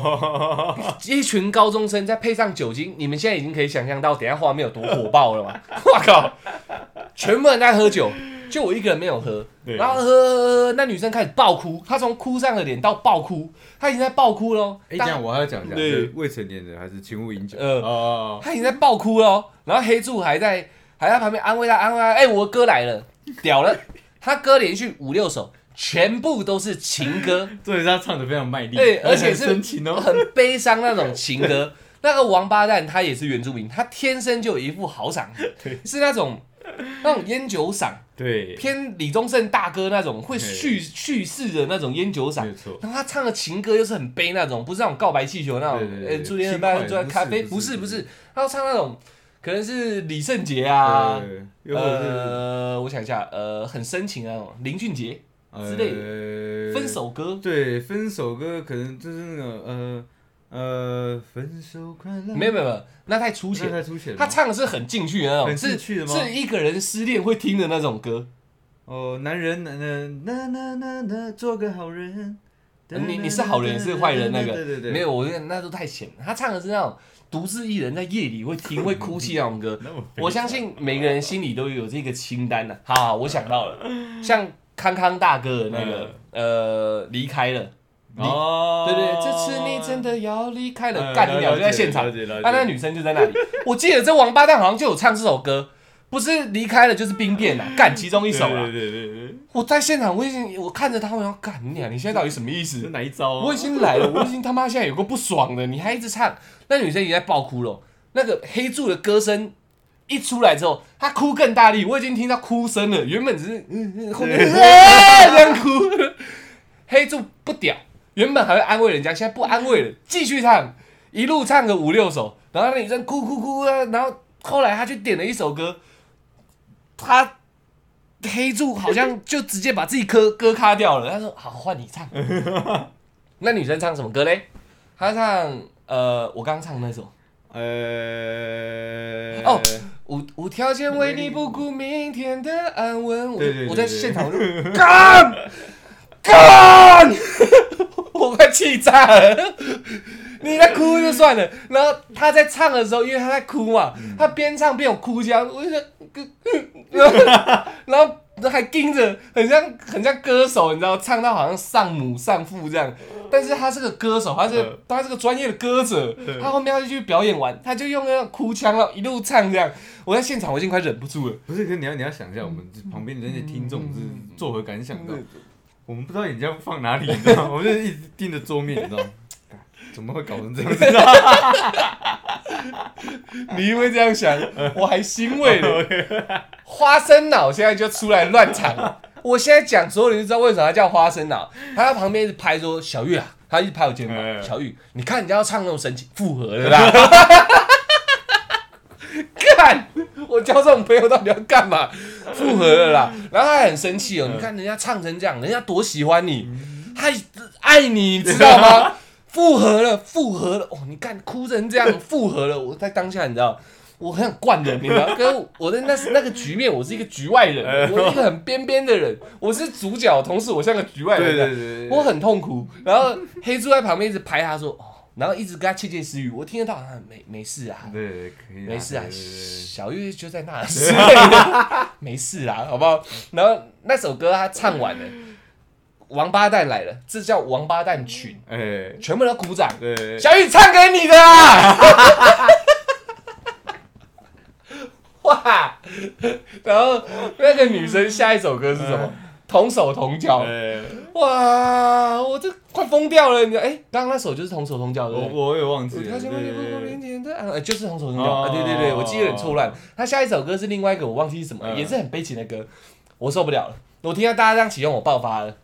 一群高中生再配上酒精，你们现在已经可以想象到，等一下画面有多火爆了 嘛？我靠，全部人在喝酒，就我一个人没有喝，对然后喝喝喝喝，那女生开始爆哭，她从哭丧了脸到爆哭，她已经在爆哭喽。 哎，这当样我还要讲一下，对是未成年人还是请勿饮酒？呃哦，他已经在爆哭了哦，然后黑柱还在还在旁边安慰他，安慰他，哎、我哥来了，屌了， 他歌连续五六首，全部都是情歌，对，他唱的非常卖力，对哎而且是 很深 情哦。很悲伤那种情歌。那个王八蛋他也是原住民，他天生就有一副好嗓，是那种那种烟酒嗓， 对，偏李宗盛大哥那种会叙叙事的那种烟酒嗓没。错，然后他唱的情歌又是很悲那种，不是那种告白气球那对种对，对呃，祝你很轻快棒，祝你咖啡，不不是是不不是是，他要唱那种可能是李圣杰啊，对呃又或者呃，我想一下，呃，很深情的那种，林俊杰之是类类分手歌，对，分手歌可能就是那个呃呃，分手快乐，没有没有没有，那太粗那浅。太粗浅了吗。他唱的是很进去的那种，很是进去的吗是一个人失恋会听的那种歌。哦，男人，男人，那那那那，做个好人。呃你你是好人是坏人那个对对对，没有，我觉得那都太浅了。他唱的是那种独自一人在夜里会听会哭泣那种歌。那我我相信每个人心里都有这个清单的、好好，我想到了，像康康大哥的那个呃离开了，嗯哦，对不对？这次你真的要离开了，嗯呃 干掉就了解在现场啊了解了，解那那女生就在那里。我记得这王八蛋好像就有唱这首歌，不是离开了就是兵变啊，干其中一一首对啊。对对对，我在现场，我已经我看着他，我想干你啊！你现在到底什么意这思？哪一招啊？我已经来了，我已经他妈现在有个不爽了，你还一直唱，那女生已经在爆哭了。那个黑柱的歌声一出来之后，她哭更大力，我已经听到哭声了。原本只是嗯嗯后面啊这样哭，黑柱不屌，原本还会安慰人家，现在不安慰了，继续唱，一路唱个五六首，然后那女生哭哭哭啊，然后后来她去点了一首歌，她。黑柱好像就直接把自己割割卡掉了。他说：“好，换你唱。”那女生唱什么歌嘞？她唱呃，我刚唱那首呃，哦无无条件为你不顾明天的安稳。我就对对对我在对现场我就干干， 我快气炸了。你在哭就算了，然后她在唱的时候，因为她在哭嘛，她边唱边有哭腔，我就想，然后呃然后还盯着，很像很像歌手，你知道，唱到好像丧母丧父这样。但是他是个歌手，他是、嗯他是个专业的歌者，嗯他后面他就去表演完，他就用那种哭腔了，一路唱这样。我在现场我已经快忍不住了， 不是，可是你要你要想一下，我们旁边的那些 听嗯众是作何感想的？我们不知道眼睛放哪里，你知道吗？我们就一直盯着桌面，你知道吗？怎么会搞成这 样子？你因为这样想，我还欣慰了。花生脑现在就出来乱场了，我现在讲所有人就知道为什么他叫花生脑。他在旁边一直拍说小玉啊，他一直拍我肩膀，嗯小玉，你看人家要唱那种神奇复合的啦。 干！ 我交这种朋友到底要干 嘛？复合了啦，然后他还很生气嗯哦。你看人家唱成这样，人家多喜欢你，他爱你，你知道吗？ 复合了，复合了，哦，你看哭成这 样，复合了。我在当下，你知道，我很想灌人，你知 道，可是我在那那个局面，我是一个局外哎人，我是一个很边边的人，我是主角，同时我像个局外人对一样对对我对，很痛苦。然后黑猪在旁边一直拍他说，哦，然后一直跟他窃窃私语，我听得到，啊，没没事啊，对对可以啦，没事啊，对对对小月就在那之类的，没事啦，好不 好？然后那首歌他唱完了，王八蛋来了，这叫王八蛋群，哎，全部都鼓掌。对对，对小雨唱给你的啊！ 哇，然后那个女生下一首歌是什嗯么？同手同脚，哎，哇，我这快疯掉了！你知道，哎，刚刚那首就是同手同脚的。我对不对我也忘记他了，对先问你不不对明对，天的，呃就是同手同脚。哦啊，对对对，我记得很错乱。他下一首歌是另外一个，我忘记是什么，嗯也是很悲情的歌，我受不了了。我听到大家这样起哄，我爆发了，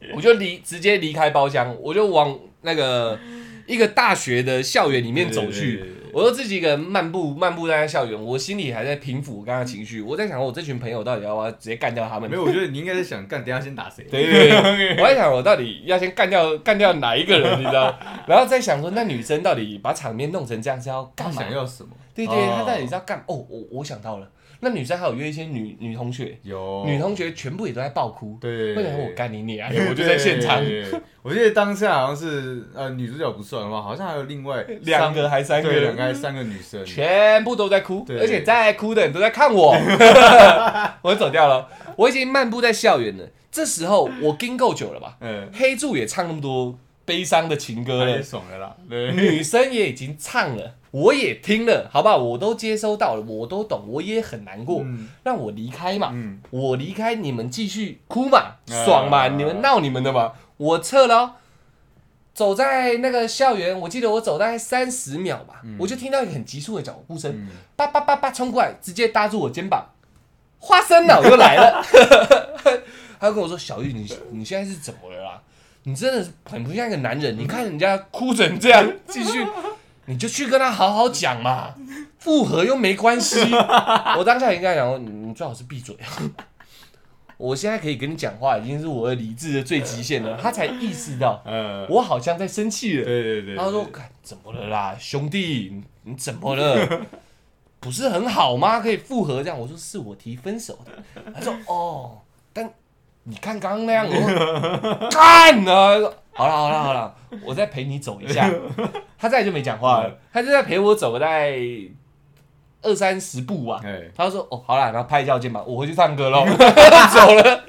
嗯我就离直接离开包厢，我就往那个一个大学的校园里面走对去。对对对我就自己一个人漫步漫步在校园，我心里还在平复我刚刚的情绪，我在想我这群朋友到底要不要直接干掉他们没？有，我觉得你应该在想，干，等一下先打谁？对对 对，我在想我到底要先干掉干掉哪一个 人，你知道？然后再想说那女生到底把场面弄成这样是要他干嘛想？要什么？对对，哦她到底是要干？哦，我我想到了，那女生还有约一些女女同学，有女同学全部也都在爆哭，哦对，为什么我干你娘？我就在现场，对。我记得当下好像是呃女主角不算的话，好像还有另外两个还三对个，两个还是三个女生。全部都在哭，对而且在哭的人都在看 我，我就走掉了。我已经漫步在校园了。这时候我跟够久了吧？嗯，黑柱也唱那么多悲伤的情歌了太，爽了啦！ 对，女生也已经唱了，我也听了，好不好？我都接收到了，我都懂，我也很难过，嗯让我离开嘛。嗯，我离开，你们继续哭嘛，啊爽嘛，你们闹你们的嘛，我撤了哦。走在那个校园，我记得我走大概三十秒吧，我就听到一个很急促的脚步声嗯，叭叭叭叭冲过来，直接搭住我肩膀，花生脑又来了。 他就跟我说：“小玉，你你现在是怎么了啦？你真的是很不像一个男人，你看人家哭成这样，继续，你就去跟他好好讲嘛，复合又没关系。”我当下也跟他讲说：“你你最好是闭嘴。”我现在可以跟你讲话，已经是我的理智的最极限了。他才意识到呃，我好像在生气了。对对对，他说：“干怎么了啦，兄弟，你你怎么了？不是很好吗？可以复合这样？”我说：“是我提分手的。”他说：“哦，但你看刚刚那样，我说干呢、他说好了好了好了，我再陪你走一下。他再也就没讲话了，他就在陪我走个大概二三十步吧。哎，他说：“哦，好啦，然后拍一下我肩膀，我回去唱歌喽。”走了，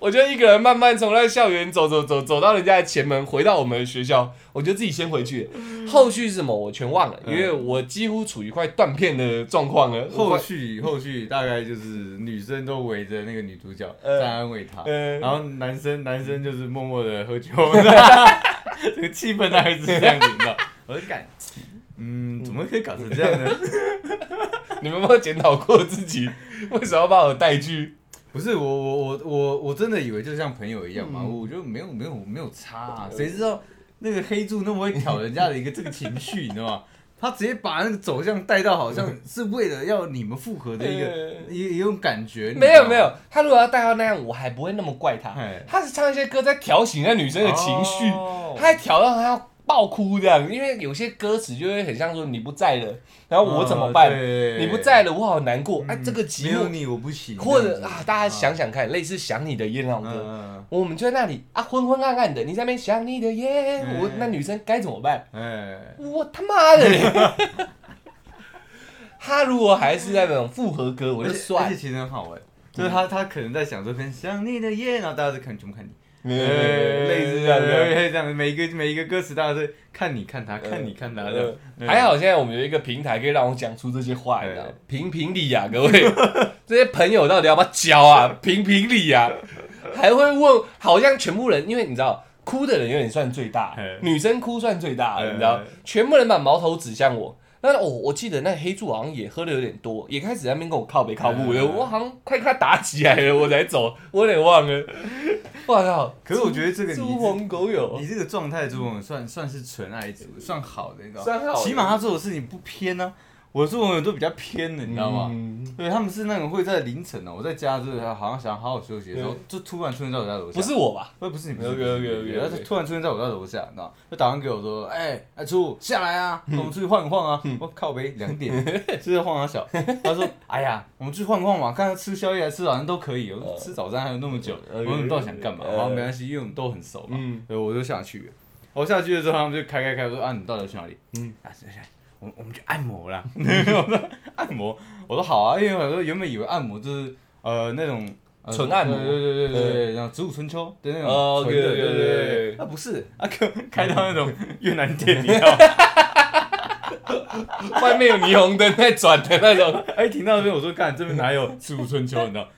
我就一个人慢慢从那校园走走走走到人家的前门，回到我们的学校，我就自己先回去。后续是什么我全忘了，因为我几乎处于快断片的状况了。后续后续大概就是女生都围着那个女主角呃在安慰她，呃然后男生男生就是默默的喝酒，这个气氛大概是这样子的。我就感，嗯，怎么可以搞成这样呢？ 你们有没有检讨过自己，为什么要把我带去？不是我我我我我真的以为就像朋友一样嘛，我觉得没有没有没有差、啊，谁知道那个黑柱那么会挑人家的一个这个情绪，你知道吗？ 他直接把那个走向带到好像是为了要你们复合的一个一一种感觉，你知没道有吗没有，，他如果要带到那样，我还不会那么怪他哎。他是唱一些歌在调醒那女生的情绪，哦他还调到他要爆哭这样，因为有些歌词就会很像说你不在了，然后我怎么办？哦嗯对嗯你不在了，我好难过。哎、这个没寂有寞，你我不行，或这样者子啊，大家想想看，类似《想你的夜》那种嗯歌，嗯我们就在那里啊，昏昏暗暗的，你在那边想你的夜，嗯我那女生该怎么办？哎，我他妈的 嘞！他如果还是那种复合歌，我而就且而算且。其实很好玩，就是他他可能在想说很想你的夜，然后大家就看全部看你。对类似这样的。哎类似这样的，每一个每一个歌词大家都看你看他，看你看他的，呃还好现在我们有一个平台可以让我讲出这些话，对你知道吗评评理呀、各位， 这些朋友到底要不要交 啊？评评理呀、还会问，好像全部人，因为你知道。哭的人有点算最大嗯，女生哭算最大的，嗯你知道嗯，全部人把矛头指向我。那我我记得那黑柱好像也喝的有点多，也开始在那边跟我靠北靠步了，嗯嗯我好像快跟他打起来了，我才走，我有点忘了。我靠，可是我觉得这个你猪朋狗友你，这个状态，朱红算算是纯爱组，算好的，你知道算吗？好的起码他做的事情不偏呢。我的朱红友都比较偏的，你知道吗？嗯对，他们是那种会在凌晨哦，我在家就是好像想好好休息的时候对，就突然出现在我家楼下。不是我吧？不是，不是你不是 OK，OK，OK，OK 然后他突然出现在我家楼下，你知道吗，就打完给我说，哎，哎，初下来啊，嗯我们出去晃一晃啊。我靠呗，两点，是在晃啊小。他说，哎呀，我们去晃一晃嘛，看看吃宵夜啊还是吃早餐都可以。我说吃早餐还有那么久，我 OK，说你到底想干嘛？哦呃我说没关系，因为我们都很熟嘛。嗯对，我就下去了。我下去的时候，他们就开开开，我说啊，你到底要去哪里？嗯嗯，啊，是是我们我们去按摩啦。 我说按摩，我说好啊，因为我说原本以为按摩就是呃那种呃纯按摩嗯对对对对对对，然后植物春秋的那哦种 纯的，对对对对对对对，对啊不是，啊开开到那种越南店里啊，外面有霓虹灯在转的那种。哎停到那边我说干这边哪有植物春秋，你知道？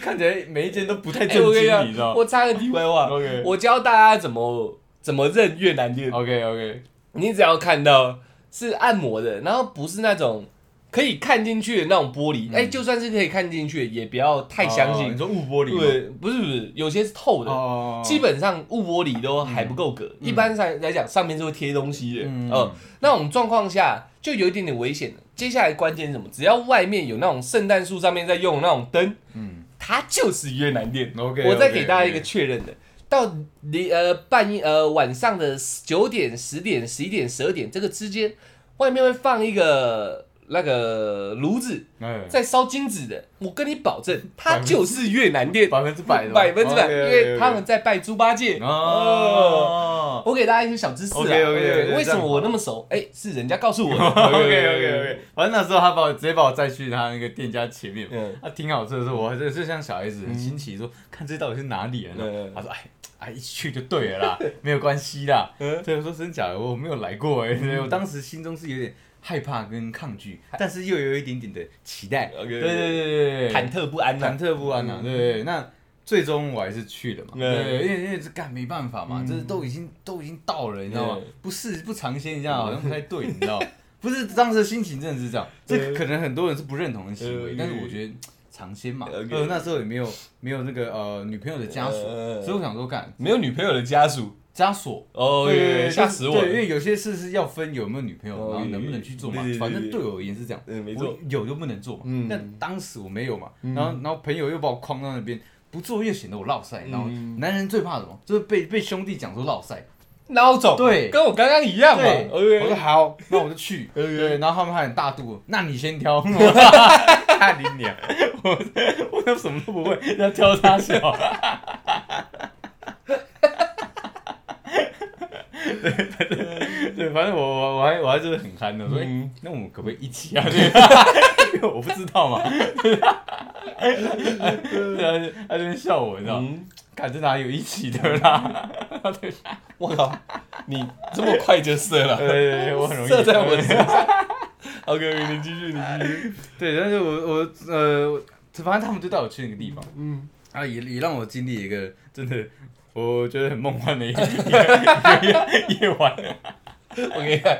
看起来每一间都不 太哎，我正跟你经，你讲，知道我插个题外话 OK 我教大家怎么怎么认越南店。 ？OK OK，你只要看到是按摩的，然后不是那种可以看进去的那种玻璃，嗯哎、就算是可以看进去，也不要太相哦你信。说雾玻璃吗对，不是不是，有些是透的。哦，基本上雾玻璃都还不够格，一般上来讲上面是会贴东西的，嗯呃，那种状况下就有一点点危险了。接下来关键是什么？只要外面有那种圣诞树上面在用的那种灯，嗯它就是越南店。 OK，我再给大家一个确认的，到离呃半夜呃晚上的九点、十点、十一点、十二点这个之间，外面会放一个那个炉子哎，在烧金子的，我跟你保 证，他就是越南店百分之百的吧，百分之百，因 OK，OK，OK 为他们在拜猪八戒。哦，哦。我给大家一些小知识啊 OK，OK，OK，为这什样么好我那么熟？哎，是人家告诉 我的。 OK OK OK，反正那时候他把我直接把我载去他那个店家前面，嗯 他听好这的时候，我还真的是像小孩子很新奇说，看这到底是哪里人嗯呢嗯？他说哎哎一起去就对了啦，没有关系啦。嗯对，我说真假的，我没有来过哎，对我当时心中是有点害怕跟抗拒，但是又有一点点的期待。 OK，OK 对对对对对，忐忑不 安呐忐。忑不安呐、啊，对不对？那最终我还是去了嘛，嗯对，因为因为这干没办法嘛，嗯这都已经都已经到了，你知道吗对？不试不尝鲜一下好像不太对，你知道吗？不是当时的心情真的是这样，对这可能很多人是不认同的行为嗯，但是我觉得尝鲜嘛， OK 呃那时候也没有没有那个呃女朋友的枷锁，嗯嗯嗯所以我想说干没有女朋友的家属。枷锁。哦，对，吓死我对，因了。为有些事是要分有没有女朋友，哦然后能不能去做嘛对对对。反正对我而言是这样，嗯，没我错。有就不能做嘛。嗯但当时我没有嘛，然后然后朋友又把我框到那边，不做越显得我落塞。然后嗯男人最怕什么？就是被被兄弟讲说落塞。孬种，对跟我刚刚一样嘛。对，我说 OK，好，那我就去。 OK 对，然后他们还很大度，那你先挑。 看你娘，我我都什么都不会，要挑他小。 对，反正对，反正我我我还我还就是很憨的，所以、嗯那我们可不可以一起啊？ 对，因为我不知道嘛。 对啊，他就边笑我，你知道，嗯，看这哪有一起的啦？ 我靠，你这么快就射对了，对对，我很容易射在我身 上。OK，你继续，你继续。对，但是我我呃，我反正他们就带我去那个地方，嗯，啊，也也让我经历一个真的我觉得很梦幻的一 个一个夜夜晚。哎我给你看。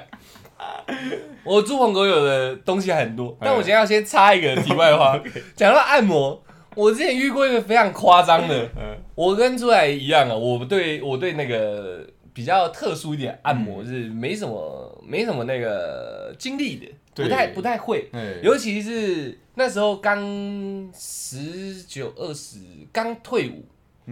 我猪朋狗友的东西还很多，哎但我今天要先插一个题外 话。讲到按摩，我之前遇过一个非常夸张的，嗯我跟朱来一样啊，我对我对那个比较特殊一点按嗯摩是没什么没什么那个经历的，对不太不太会，哎，尤其是那时候刚十九二十刚退伍，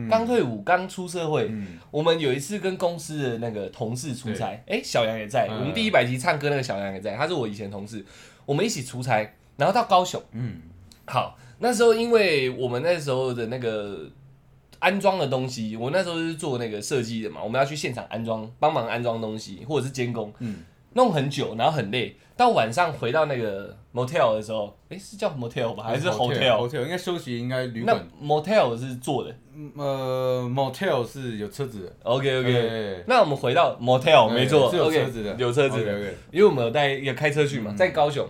刚退伍刚出社会，嗯，我们有一次跟公司的那个同事出差，哎、小杨也在。嗯我们第一百集唱歌那个小杨也在，他是我以前同事，我们一起出差，然后到高雄。嗯好，那时候因为我们那时候的那个安装的东西，我那时候是做那个设计的嘛，我们要去现场安装，帮忙安装东西或者是监工， 嗯弄很久，然后很累。到晚上回到那个 motel 的时候，哎、是叫 motel 吧，还是 hotel？ hotel 应该休息，应该旅那馆。 motel 是坐的嗯呃，motel 是有车子的。 ，OK OK。 OK，那我们回到 motel 没错是有，OK，车子的，有车子的，哎 OK，OK。因为我们有带有开车去嘛，嗯在高雄，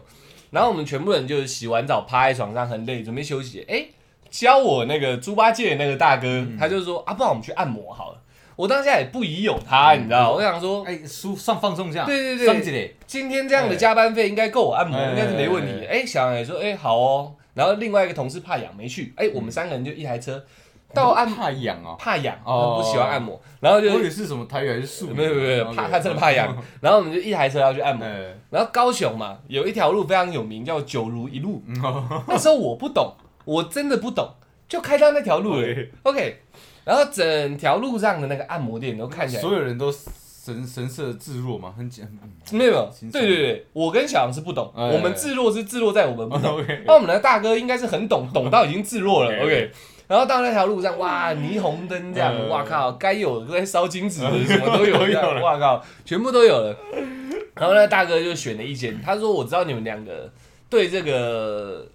然后我们全部人就是洗完澡趴在床上很累，准备休息。哎、教我那个猪八戒的那个大哥，嗯他就说啊，不然我们去按摩好了。我当下也不疑有他，你知道，我想说嗯哎，舒上放松一下，对对对上起来，今天这样的加班费应该够我按摩，哎应该是没问题。哎，小杨也说，哎，好哦。然后另外一个同事怕痒没去，嗯哎，我们三个人就一台车到按怕痒哦。怕痒，哦不喜欢按摩，然后我就以为是什么台语还是术语？没有没有没有 OK 嗯怕他真的怕痒，然后我们就一台车要去按摩。哎，然后高雄嘛，有一条路非常有名，叫九如一路。嗯哦那时候我不懂，我真的不懂，就开到那条路了。 OK OK，然后整条路上的那个按摩店都看起来 所有人都神神色自若嘛，很简。嗯没有没有轻，松对对对，我跟小杨是不懂，哎我们自弱是自弱在我们不懂， OK，那我们的大哥应该是很懂， 懂到已经自弱了。 OK OK。然后到那条路上，哇，霓虹灯这样，嗯哇靠，该有的该烧金纸的什么都有， 都有这样了哇靠，全部都有了。然后那大哥就选了一间，他说：“我知道你们两个对这个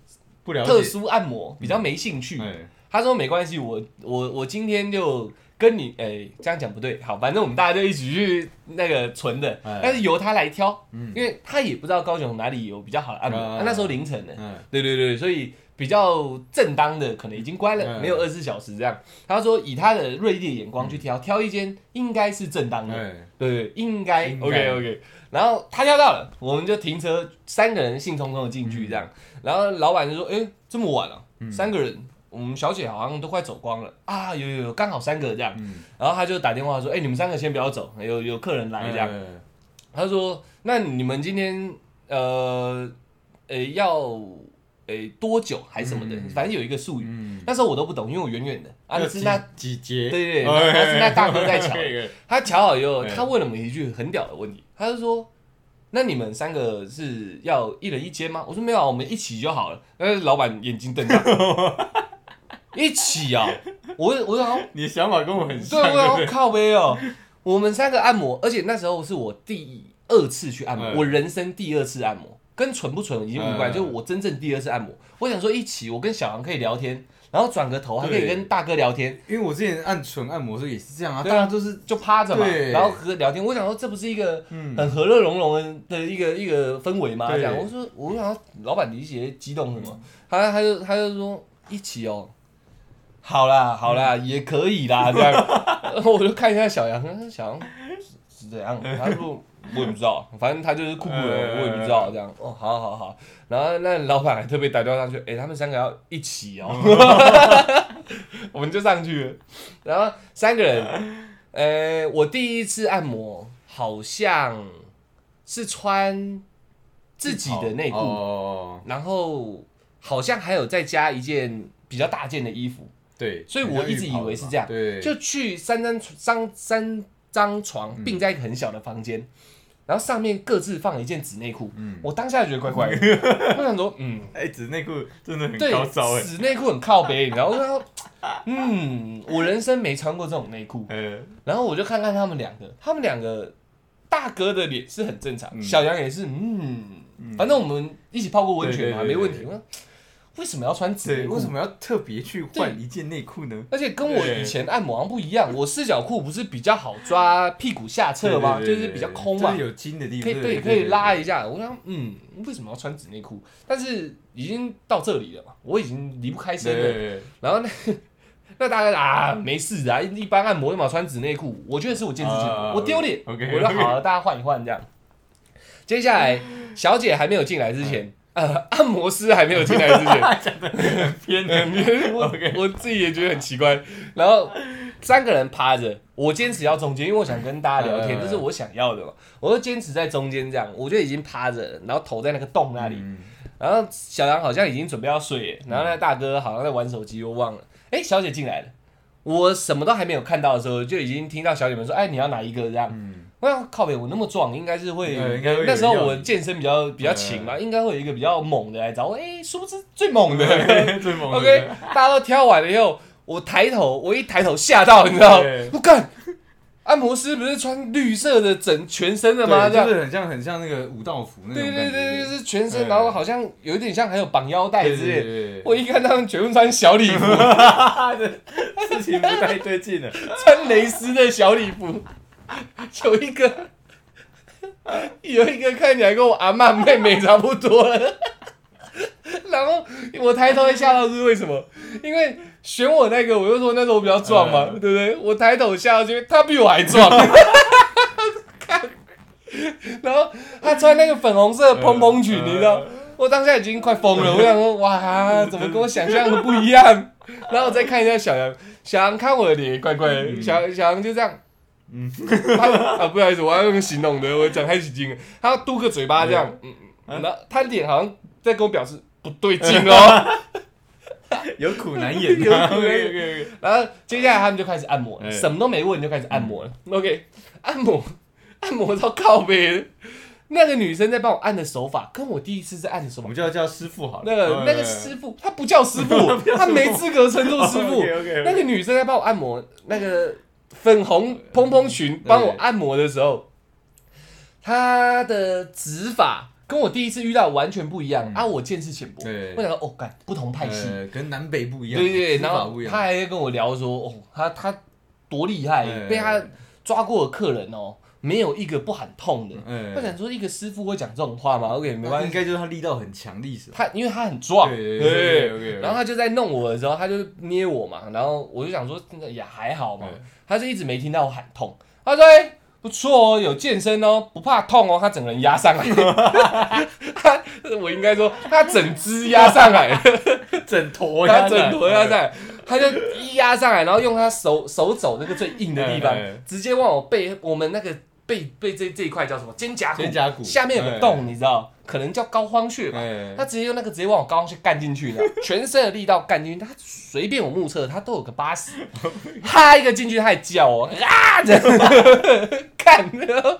不了解。特殊按摩比较没兴趣。哎他说没关系，我我我今天就跟你，哎、这样讲不对，好，反正我们大家就一起去那个存的，哎但是由他来挑，嗯因为他也不知道高雄哪里有比较好的按摩，嗯啊那时候凌晨呢，嗯对对对，所以比较正当的可能已经关了，嗯没有二十四小时这样。他说以他的锐利的眼光去挑，挑一间应该是正当的，哎，对对，嗯应该应该 OK OK。然后他跳到了，我们就停车，三个人兴冲冲的进去这样。然后老板就说：“哎，这么晚了、三个人，我们小姐好像都快走光了啊！有有有，刚好三个这样。嗯然后他就打电话说：“哎，你们三个先不要走，有有客人来这样。哎他说：“那你们今天呃呃要呃多久还是什么的，嗯反正有一个术语。嗯，那时候我都不懂，因为我远远的啊，要是那几几节，对对对哎那是那大哥在抢哎哎哎哎他瞧好以后，嗯他问了我们一句很屌的问题，他就说：“那你们三个是要一人一间吗？我说没有啊，我们一起就好了。但是老板眼睛 瞪大，一起啊、我我说好，你的想法跟我很像，对，我对不要对？靠背哦。我们三个按摩，而且那时候是我第二次去按摩，嗯我人生第二次按摩，跟纯不纯已经无关，嗯就是我真正第二次按摩。我想说一起，我跟小杨可以聊天，然后转个头还可以对跟大哥聊天，因为我之前按纯按摩的时候也是这样啊，对大啊家都是就趴着嘛，对然后和聊天。我想说这不是一个嗯很和乐融融的一个一个氛围吗？这对样，我说我想老板理解激动什么，他他就他就说一起哦。好啦，好啦，嗯也可以啦，这样， 然后我就看一下小杨，小杨是是怎样？他说我也不知道，反正他就是酷酷的，嗯我也不知道这样。哦，好好好，然后那老板还特别打电话上去，哎、他们三个要一起 哦， 我们就上去了，然后三个人，呃，我第一次按摩好像是穿自己的内裤，哦，然后好像还有再加一件比较大件的衣服，对，所以我一直以为是这样对，就去三张三三张床并在一个很小的房间，然后上面各自放了一件纸内裤。嗯，我当下觉得怪怪 的，我想说，嗯，哎，纸内裤真的很对高招，哎，纸内裤很靠背，然后我说，嗯，我人生没穿过这种内裤，呃，然后我就看看他们两个，他们两个大哥的脸是很正常，嗯小杨也是，嗯，反正我们一起泡过温泉嘛，对对对没问题。对我说为什么要穿纸内对，裤？为什？么要特别去换一件内裤呢？而且跟我对以前按摩好像不一样，我四角裤不是比较好抓屁股下侧吗？对对就对是比较空就嘛是，有筋的地可方，以对，可以拉一下。我想，嗯，为什么要穿纸内裤？但是已经到这里了嘛，我已经离不开对，身对了。对然后那 那大家啊，没事的啊，一一般按摩干嘛穿纸内裤？我觉得是我见识浅薄，啊我丢脸。 OK，我说好了，大家换一换这样。接下来，小姐还没有进来之前，呃，按摩师还没有进来之 前，呃偏的，我 OK 我自己也觉得很奇怪。然后三个人趴着，我坚持要中间，因为我想跟大家聊天，嗯这是我想要的嘛。我就坚持在中间这样，我就已经趴着了，然后头在那个洞那里。嗯然后小杨好像已经准备要睡了，然后那大哥好像在玩手机，我忘了。哎，小姐进来了，我什么都还没有看到的时候，就已经听到小姐们说：“哎，你要哪一个？”这样。嗯， 我想靠北，我那么壮，应该是会，对应该会有那时候人要我你健身比较比较勤嘛，应该会有一个比较猛的来找我。哎、殊不知最猛 的最猛的，OK，大家都挑完了以后，我抬头，我一抬头吓到，你知道吗对？我干，按摩师不是穿绿色的整全身的吗？这对样就，是很像很像那个武道服那种对对感觉，对，就是全身，嗯然后好像有一点像，还有绑腰带之类的。对对我一看他们全部穿小礼服，事情不太对劲了，穿蕾丝的小礼服，有一个有一个看起来跟我阿妈妹妹差不多了。然后我抬头一吓到是为什么？因为选我那个，我就说那时候我比较壮嘛，嗯对不对？我抬头吓到，是因为他比我还壮。 然后他穿那个粉红色的蓬蓬裙，嗯你知道，我当下已经快疯了。我想说，哇，怎么跟我想象的不一样？然后我再看一下小杨，小杨看我的脸也怪怪的，嗯小小杨就这样，嗯，啊，不好意思，我要用形容的，我讲太起劲了，他嘟个嘴巴这样，嗯，嗯然后他脸好像在跟我表示不对劲 哦。，有苦难言啊 有苦难言 OK，OK，OK 然后接下来他们就开始按摩了，哎什么都没问就开始按摩了。OK，按摩， 按摩到靠背了，那个女生在帮我按的手法跟我第一次在按的手我法们就要叫师傅好了，那个那个师傅，他哎 不叫师傅，他没资格称作师 傅。 OK，那个女生在帮我按摩那个粉红蓬蓬裙，帮我按摩的时候，她的指法跟我第一次遇到完全不一样、啊！我见识浅薄，嗯对我想说哦，干不同派系，呃，跟南北不一对样，对对，吃然法后不一样她还跟我聊说，哦，她她多厉害，哎被她抓过的客人哦，没有一个不喊痛的。哎我想说，一个师傅会讲这种话吗？OK，没关应系，该就是他力道很强，力士。他因为他很壮，对对对对对对对然后他就在弄我的时候，他就捏我嘛，然后我就想说那个也还好嘛对，他就一直没听到我喊痛，他说哎、不错哦，有健身哦，不怕痛哦，他整个人压上来，他我应该说他整只压上来， 枕头他整坨压上来，他就一压上来，然后用他手手肘那个最硬的地方哎哎哎，直接往我背我们那个背背这这一块叫什么肩胛骨，肩胛骨下面有个洞，你知道，可能叫膏肓穴吧。哎他直接用那个直接往我高上去干进去的， 全身的力道干进去。他随便我目测，他都有个八 十，哈一个进去，他还叫哦啊，这样 干，然后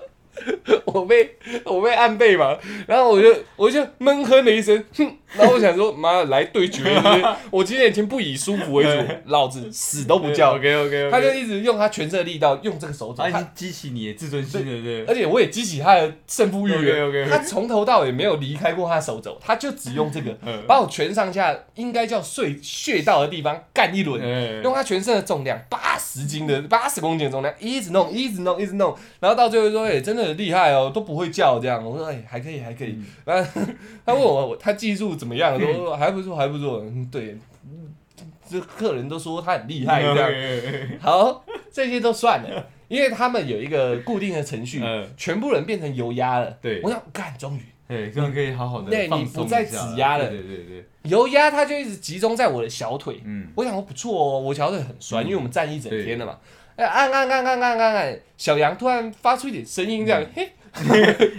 我被我被按背嘛，然后我就我就闷哼了一声，哼，然后我想说，妈来对决，是不是我今天已经不以舒服为主，老子死都不叫。 OK OK，他就一直用他全身的力道，用这个手指，他已他经激起你的自尊心了，对不而且我也激起他的胜负欲对了。 ？OK 他 OK，从头到尾没有离开过他的手肘，他就只用这个嗯把我全上下应该叫碎穴道的地方干一嗯轮，用他全身的重量，八十斤的八十公斤的重量，一直弄，一直弄，一直弄，然后到最后说，哎、真的很厉害哦，都不会叫这样。我说，哎、还可以，还可嗯以。然后他 问我，我他技术怎么样？我说还不错，还不错。嗯，对，嗯这客人都说他很厉害，这样。样，好，这些都算了，因为他们有一个固定的程序，嗯全部人变成油压了。对我想干，终于对，这样可以好好的对你放松不再一下挤压了对对对，油压，它就一直集中在我的小腿。嗯，我想说不错哦，我小腿很酸，嗯因为我们站一整天了嘛。哎，按按按按按按按，小羊突然发出一点声音，这样、嘿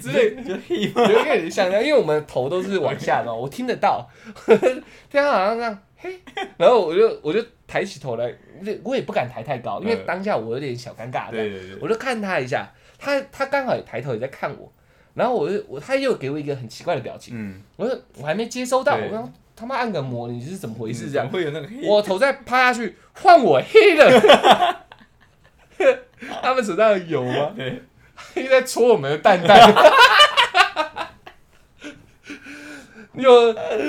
之类， 就嘿嘛，有一点像这样，因为我们头都是往下的，我听得到，听到好像这样嘿，然后我就我就抬起头来，我就我也不敢抬太高，因为嗯当下我有点小尴尬，这样对对对，我就看他一下，他他刚好也抬头也在看我，然后我就我他又给我一个很奇怪的表情，嗯，我说我还没接收到，对我刚他妈按个摩，你是怎么回事这样？会有那个嘿， 我头再趴下去，换我黑了。 他们手上有油吗？ 对，一直在戳我们的蛋 蛋。有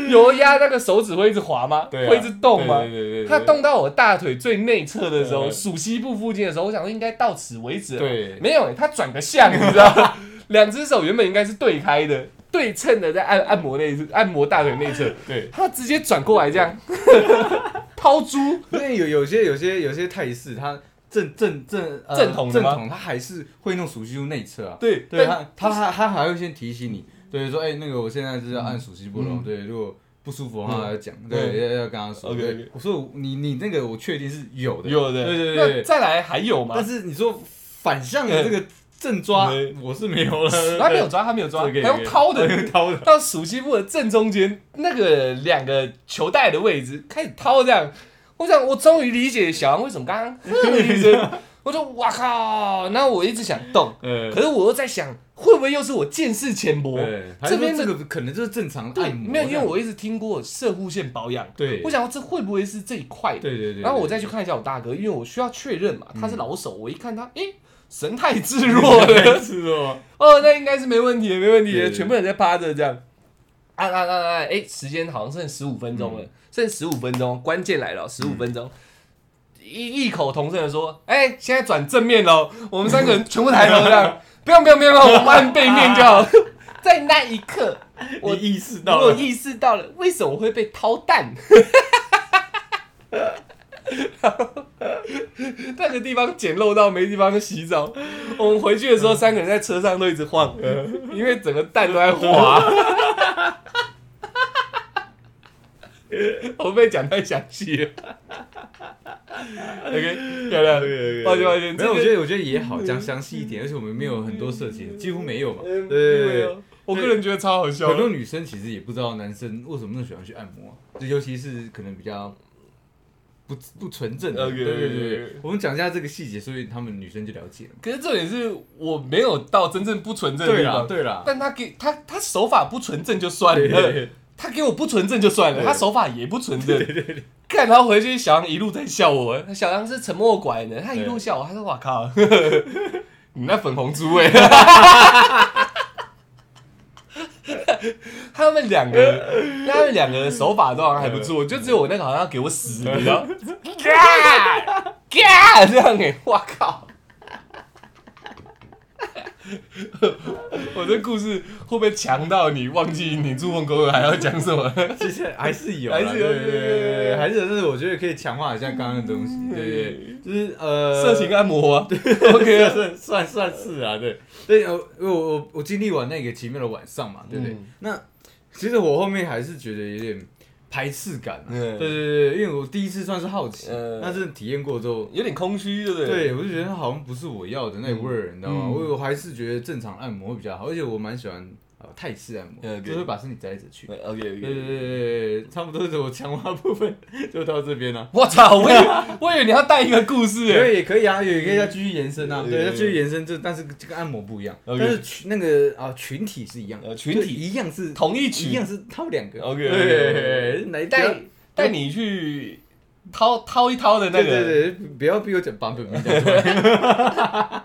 油压那个手指会一直滑吗？对啊，会一直动吗？对对对对，它动到我大腿最内侧的时候，嗯属膝部附近的时候，我想说应该到此为止了。对没有、欸它转个向，你知道吗？ 两只手原本应该是对开的，对称的在按按摩内侧，按摩大腿内侧，对。他直接转过来这 样抛猪，因为有有些有些有些泰式，他正正正呃正统的正吗统，他还是会弄熟悉度内侧啊。对对但他，他他他还会先提醒你，对，说哎、那个我现在是要按熟悉部了，嗯对，如果不舒服的话嗯要讲，嗯对，要要跟他说。 OK，OK 对我说你你那个我确定是有的，有对的，对对那对。再来还有吗但？是你说反向的这个正抓对，我是没有了，他没有抓，他没有抓，还对，用掏的，掏的，到属西部的正中间那个两个球带的位置开始掏这样。我想，我终于理解小杨为什么刚刚哼了 一声。我说哇靠！然后我一直想动，呃可，是我又在想，会不会又是我见识浅薄？对，这边的还是说这个可能就是正常的对，按摩没这有，样，因为我一直听过射护线保养，对，我想这会不会是这一块的？对对对，嗯然后我再 去看一下我大哥，因为我需要确认嘛，他是老手，我一看他，诶，神 态自若对的，是哦，哦，那应该是没问题的，没问题对的，对全部人在趴着这样，啊按按按按，诶，哎时间好像剩十五分钟嗯了，剩十五分钟，关键来了，十五分钟。一异口同声的说：“哎、现在转正面喽！我们三个人全部抬头这 样，不用不用不用，我们按背面就好。” 在那一刻，我我意识到我了，意识到了为什么我会被掏蛋。 那个地方简陋到没地方洗澡，我们回去的时候三个人在车上都一直晃，因为整个蛋都在滑。 我被讲太详细了。OK，漂亮，抱歉抱歉，没有，我这觉个得我觉得也好，讲详细一 点，而且我们没有很多色情，几乎没有嘛。对嗯对对没有我个人觉得超好笑很多的。女生其实也不知道男生为什么那么喜欢去按摩，就尤其是可能比较不不纯正的。 OK，对对 OK，OK 对，我们讲一下这个细节，所以他们女生就了解了。可是重点是我没有到真正不纯正的地啦方，对啦，但他给他他手法不纯正就算对对了对，他给我不纯正就算了，对他手法也不纯正。看，然后回去小杨一路在笑我，小杨是沉默寡言的，他一路笑我，他说：“哇 靠，呵呵你那粉红猪哎、 欸！”他们两个，他们两个的手法都好像还不错，就只有我那个好像要给我死，你知 道？嘎嘎这样哎、欸，哇靠！我这故事会不会强到你忘记你住凤公园还要讲什么？其实还是有 啦，还是有对对对对对对对嗯对，还是有，但是我觉得可以强化一下刚刚的东西，对对对，就是呃，色情按摩啊 OK， ，OK，算算算是啊，对，对，呃我我我经历完那个奇妙的晚上嘛，对不对？嗯那其实我后面还是觉得有点排斥感、啊，嗯对对对，因为我第一次算是好奇，嗯但是体验过之后，有点空虚，对不对？对我就觉得它好像不是我要的那味儿，你知道吗？嗯我我还是觉得正常按摩比较好，而且我蛮喜欢呃泰式按摩，嗯 OK 就会把身体摘来摘去。 OK OK，对对对对对，差不多是我强化部分就到这边了。我操！我以为我以为你要带一个故事因欸，为也可以啊，也可以再继续延伸啊，对对，对再对继续延伸，这但是这个按摩不一样， OK 但是群那个啊群体是一样的，呃群体就一样是同一一曲样是他们两个 OK，OK，OK 对，来带带你去掏掏一掏的那对对个，对，不要逼我讲版本名讲出来。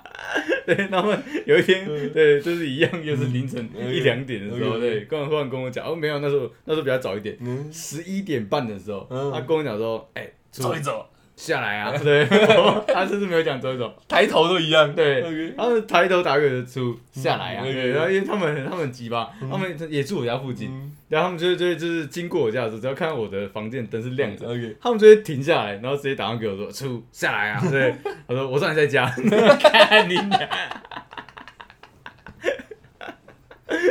对，他们有一天，对，就是一样，又是凌晨嗯一两点的时候，嗯对，跟忽然跟我讲，哦，没有，那时候那时候比较早一点，嗯，十一点半的时候，嗯他跟我讲说，哎，出走一走，下来啊， 对，我他甚至没有讲走一走，抬头都一样。对 OK， 他们抬头打嗝就出下来啊，嗯对，然嗯后因为他们很他们很急吧，他们也住我家附近，嗯然后他们就就就是经过我家的时候，只要看到我的房间灯是亮着， ，OK，他们就会停下来，然后直接打电话给我说：“出下来啊！”对，他说：“ 我知道你在 家。”看你娘！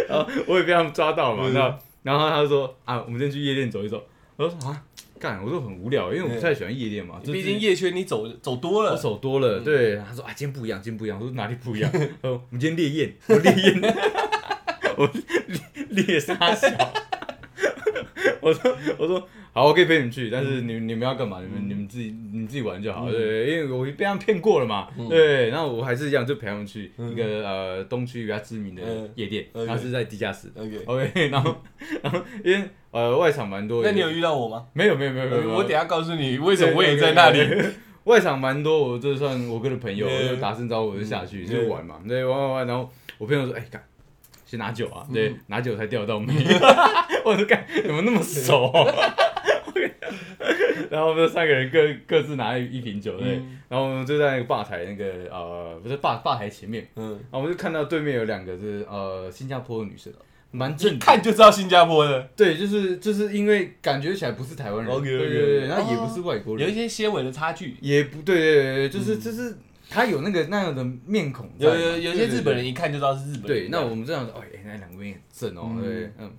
然后我也被他们抓到嘛，嗯然后然后他就说：“啊，我们先去夜店走一走。”我说：“啊，干！”我说很无聊，因为我不太喜欢夜店嘛，就毕是竟夜圈你走走多我了，手嗯多了。对，他说：“啊，今天不一样，今天不一样。”我说：“哪里不一样？”他说：“我们今天烈焰， 我烈焰，我烈烈杀小。” 我说：“我说好，我可以陪你们去，但嗯是你你们要干嘛？你们你们自己你们自己玩就好。对，因为我被他们骗过了嘛。嗯对，然后我还是一样，就陪他们去一个呃东区比较知名的嗯夜店， OK 它是在地下室。 OK， OK，然后然后因为呃外场蛮多的，那你有遇到我吗？没有没有没有没有没有，我等一下告诉你为什么我也在那里。 对。外场蛮多，我就算我哥的朋友，对我就打声招呼，我就下去就玩嘛，对，玩玩玩，然后我朋友说，哎、干，去拿酒嗯啊，对，拿酒才钓得到妹， 我说干，怎么那么熟、啊 然后我们三个人各各自拿一瓶酒，对，嗯然后我们就在那个吧台那个呃，不是吧吧台前面，嗯，然后我就看到对面有两个是呃新加坡的女生，蛮正一的，看就知道新加坡的，对，就是就是因为感觉起来不是台湾人 OK，OK，OK 对对对，然后也哦不是外国人有一，些些微的差距。也不对，对对对，就是就是他有那个那样的面孔嗯在，有有有一些日本人人一看就知道是日本人。对，那我们这样说，哎，那两个面很正哦，嗯对，嗯，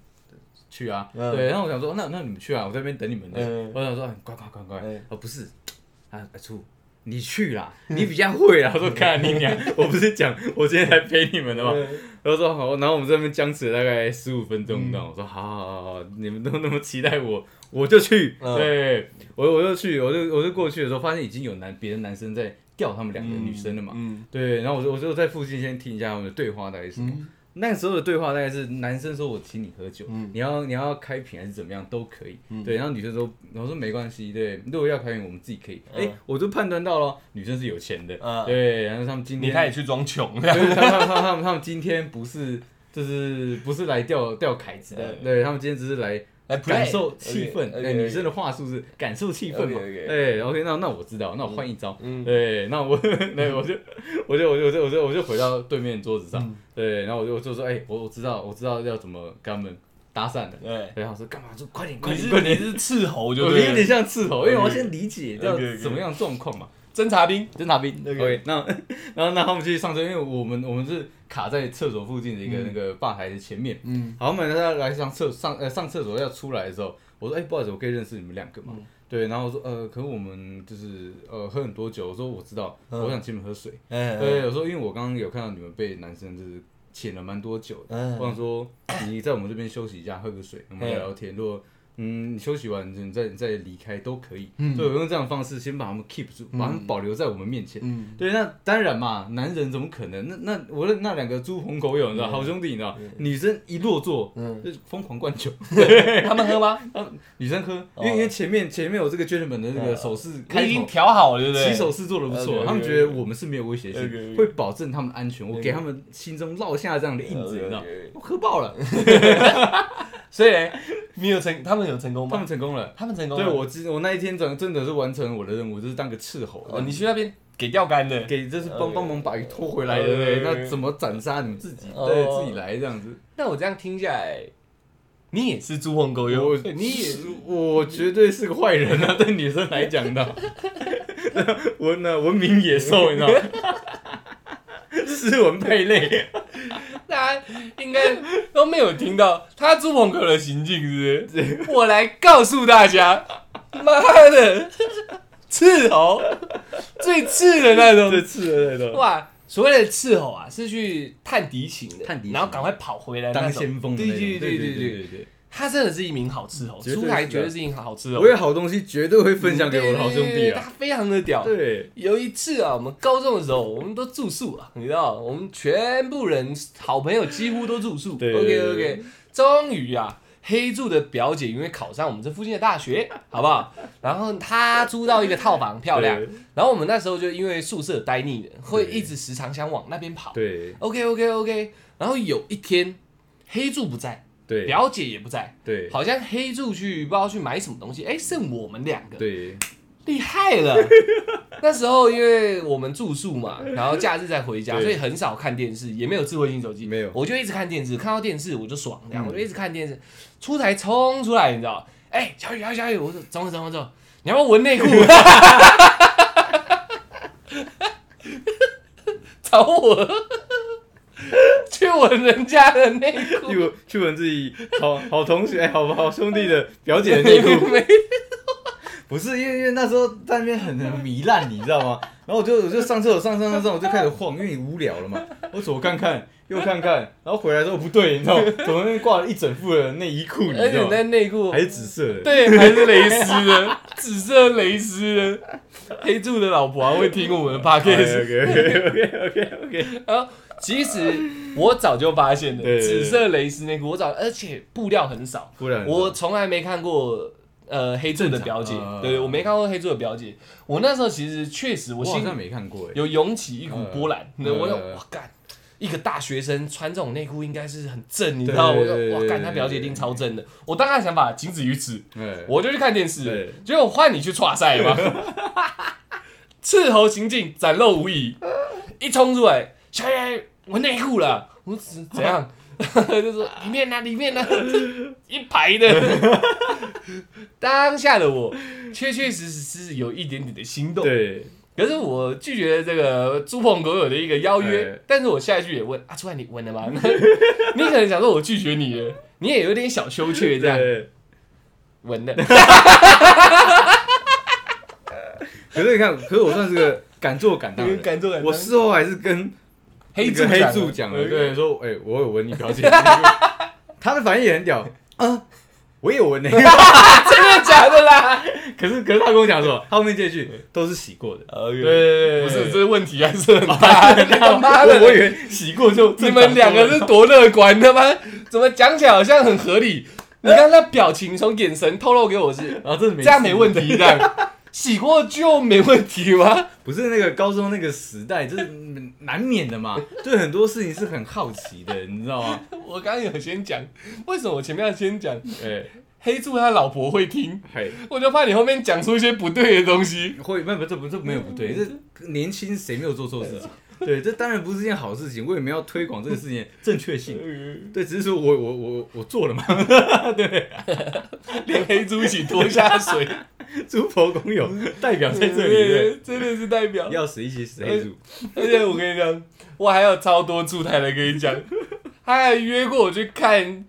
去啊，嗯对，然后我想说，那那你们去啊，我在那边等你们的嗯，我想说，哎快快快快嗯，哦不是，啊出。你去啦，你比较会啦。我说看你娘，嗯我不是讲我今天来陪你们的吗？然后说好，然后我们在那边僵持了大概十五分嗯钟，这样、我说好好好好，你们都那么期待我， 我就去，嗯对我我就去，我就我就过去的时候，发现已经有男别的男生在钓他们两个女生了嘛，嗯，对，然后我就我就在附近先听一下他们的对话大概是什么。嗯那时候的对话大概是男生说我请你喝酒，嗯你要你要开瓶还是怎么样都可以，对，然后女生说我说没关系，对，如果要开瓶我们自己可以，哎、嗯我就判断到了女生是有钱的，嗯对，然后他们今你天开始去装穷 了。就 是他们他们他们他们今天不是就是不是来钓钓凯子的，嗯对他们今天只是来来感受气氛。对女生的的话术是感受气氛嘛？ OK，OK 对，OK，那那我知道，那我换一招。嗯对，那我 对我就我就我就我就我就我就回到对面桌子嗯上，对，然后我就我就说，哎，我我知道我知道要怎么跟他们搭讪的。对，然后我说干嘛？说快点快你点是快你点！是斥候就我对有点了，像刺头，因为我 OK 先理解要 OK，OK 怎么样状况嘛。侦察兵。侦察兵。 OK OK，那 然后那他们继续上车，因为我们我们是卡在厕所附近的一个那个吧台的前面。嗯，好，我们要来上厕上呃上厕所要出来的时候，我说哎、不好意思，我可以认识你们两个嘛？对，然后我说呃，可是我们就是呃喝很多酒，我说我知道，嗯我想请你们喝水。嗯，对，我说因为我刚刚有看到你们被男生就是请了蛮多酒的，嗯我想说你在我们这边休息一下，喝个水，我们嗯聊聊天。如果嗯，你休息完你再你再离开都可以，嗯所以我用这样的方式先把他们 keep 住，把他们保留在我们面前。嗯对，那当然嘛，男人怎么可能？那那我的那两个猪朋狗友，你知道，好兄弟，你知道，女生一落座，嗯就疯狂灌酒， 他们喝吗？女生喝，因哦为因为前面前面有这个 gentleman 的那个嗯手势开你已经头，调好了，对不对？骑手是做的不错， OK，OK，OK 他们觉得我们是没有威胁 OK，OK 性，会保证他们的安全。我给他们心中烙下这样的印子，你知道，我喝爆了，所以嘞你有成，他们有成功他吗们？成功了。他们成功对了。我真我那一天真真的是完成我的任务，就是当个斥候。哦，你去那边给钓竿的。给就是帮 OK 帮忙把鱼拖回来， OK，对不对？ OK，OK 那怎么斩杀你们自己？哦对，自己来这样子。那我这样听下来，你也是猪朋狗友我，哦哎你也我绝对是个坏人啊，对 女生来讲的， 文呢文明野兽，你知道吗？ 斯文败类， 大家应该都没有听到他猪朋狗友的行径，是不是？我来告诉大 家，妈的，刺头最刺的那这种，次的那种。 哇！所谓的伺候啊，是去探敌情的，探敌情然后赶快跑回来那当种。先锋的对那种。对对对对，对对，他真的是一名好伺候，绝对出海是啊绝对是一名好伺候。我有好东西绝对会分享给我的好兄对对弟对他啊。非常的屌。对，有一次啊，我们高中的时候，我们都住宿啊，你知道，我们全部人好朋友几乎都住宿。对 OK OK，终于啊，黑住的表姐因为考上我们这附近的大学，好不好？然后她租到一个套房，漂亮对。然后我们那时候就因为宿舍待腻了，会一直时常想往那边跑。对 OK OK OK，然后有一天黑柱不在，对表姐也不在，对好像黑柱去不知道去买什么东西，哎，剩我们两个。对厉害 了。那时候因为我们住宿嘛，然后假日再回家，对所以很少看电视，也没有智慧型手机，没有嗯我就一直看电视，看到电视我就爽，这样、我就一直看电视，出台冲出来，你知道？哎、小雨，小雨，小雨，我说怎么怎么怎么，你要不要闻内裤？ 找我去闻人家的内 裤，去闻去闻自己好好同学、哎好好兄弟的表姐的内 裤，没不是因为因为那时候在那边很很糜烂，你知道吗？然后我就我就上厕所上上上上，我就开始晃，因为你无聊了嘛。我左看看右看看，然后回来之后不对，你知道吗，左边挂了一整副的内衣裤，你而知且道吗那？内裤还是紫色的，对，还是蕾丝的， 紫色蕾丝的。黑柱的老婆还会听我们的哎 podcast， OK，OK，OK，OK，然后其实我早就发现了对对对紫色蕾丝内裤，我早而且布料很少，不然我从来没看过。呃，黑柱的表姐正常，啊对，我没看过黑柱的表姐。我那时候其实确实，我我好心像里没看过哎，有涌起一股波澜。嗯那我就嗯哇干，一个大学生穿这种内裤应该是很正，你知对道吗？我对对就对哇对干，他表姐一定超正的。我当然想法仅止于此，哎我就去看电视对，结果换你去抓赛嘛，斥候行径展露无遗，一冲出来，小野我内裤了，我怎怎样？ 就说里面呢、里面呢、一排的。当下的我确确实实是有一点点的心动，对，可是我拒绝了这个猪朋狗友的一个邀约，哎但是我下一句也问啊，出来你闻了吗？ 你可能想说我拒绝你了，你也有点小羞怯这样对。闻 的。可是你看，可是我算是个敢做敢当的人。敢做敢我事后还是跟黑那柱个黑柱讲了，对，说哎，我有闻你表姐 的内裤，他的反应也很屌啊，我也有闻那个，真的假的啦？ 可是可是他跟我讲说，他后面这句都是洗过的， 对对不是，这问题还是很大。你他妈我 我以的，为洗过就你们两个是多乐观他妈怎么讲起来好像很合理？你看那表情从眼神透露给我是然后这这样没问题的，洗过就没问题吗？不是那个高中那个时代，就是嗯难免的嘛， 对很多事情是很好奇的，你知道吗？我刚刚有先讲，为什么我前面要先讲哎、黑柱他老婆会听？嘿，我就怕你后面讲出一些不对的东 西。会不不这不这没有不对，这年轻谁没有做错事情？对，这当然不是件好事情，我也没有要推广这个事情的正 确性。对，只是说我我我我做了嘛， 连黑猪一起拖下 水，诸佛公有代表在这里，真的是代表对，要死一起死黑猪，而且我跟你讲，我还有超多驻台的跟你讲，他还约过我去看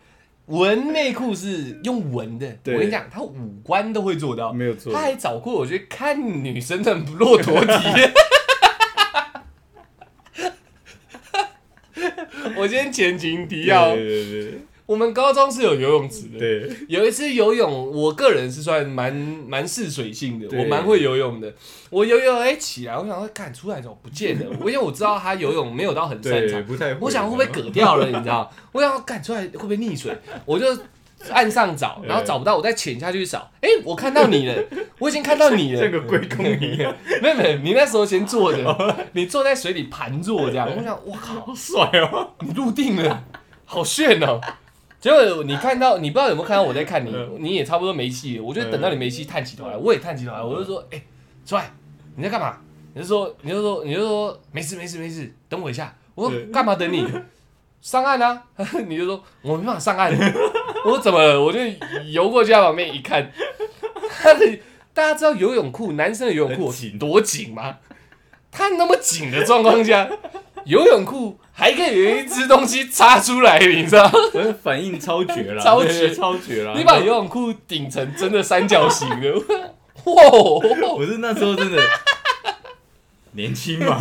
纹内裤是用纹的。我对跟你讲，他五官都会做到，哎没有错他还找过我去看女生的骆驼体。 我先前情提要，对对我们高中是有游泳池的。对对，有一次游泳，我个人是算蛮蛮试水性的，对我蛮会游泳的。我游泳哎、起来，我想说，看出来怎么不见了？我因为我知道他游泳没有到很擅对长，不太会，啊我想会不会嗝掉了，你知道？我想赶出来会不会溺水？我就岸上找，然后找不到，我再潜下去找。哎、我看到你 了，我已经看到你了像。个龟公一样，妹妹，你那时候先坐着，你坐在水里盘坐这样。我想，我靠， 好帅哦！你入定了， 好炫哦！结果你看到，你不知道有没有看到我在看你，你也差不多没戏了。我就等到你没戏，探起头来，我也探起头来，我就说：“哎、帅，你在干嘛？”你就说，你就说，你就说，没事没事没事，等我一下。我说对干嘛等你？上岸啊！ 你就说我没办法上岸。我说怎么了？我就游过去他旁边一看，他的大家知道游泳裤，男生的游泳裤很紧多紧吗？他那么紧的状况下，游泳裤还可以有一只东西插出来，你知道？我的反应超绝了，超绝对对超绝了！你把游泳裤顶成真的三角形的，哇！我是那时候真的， 年轻嘛，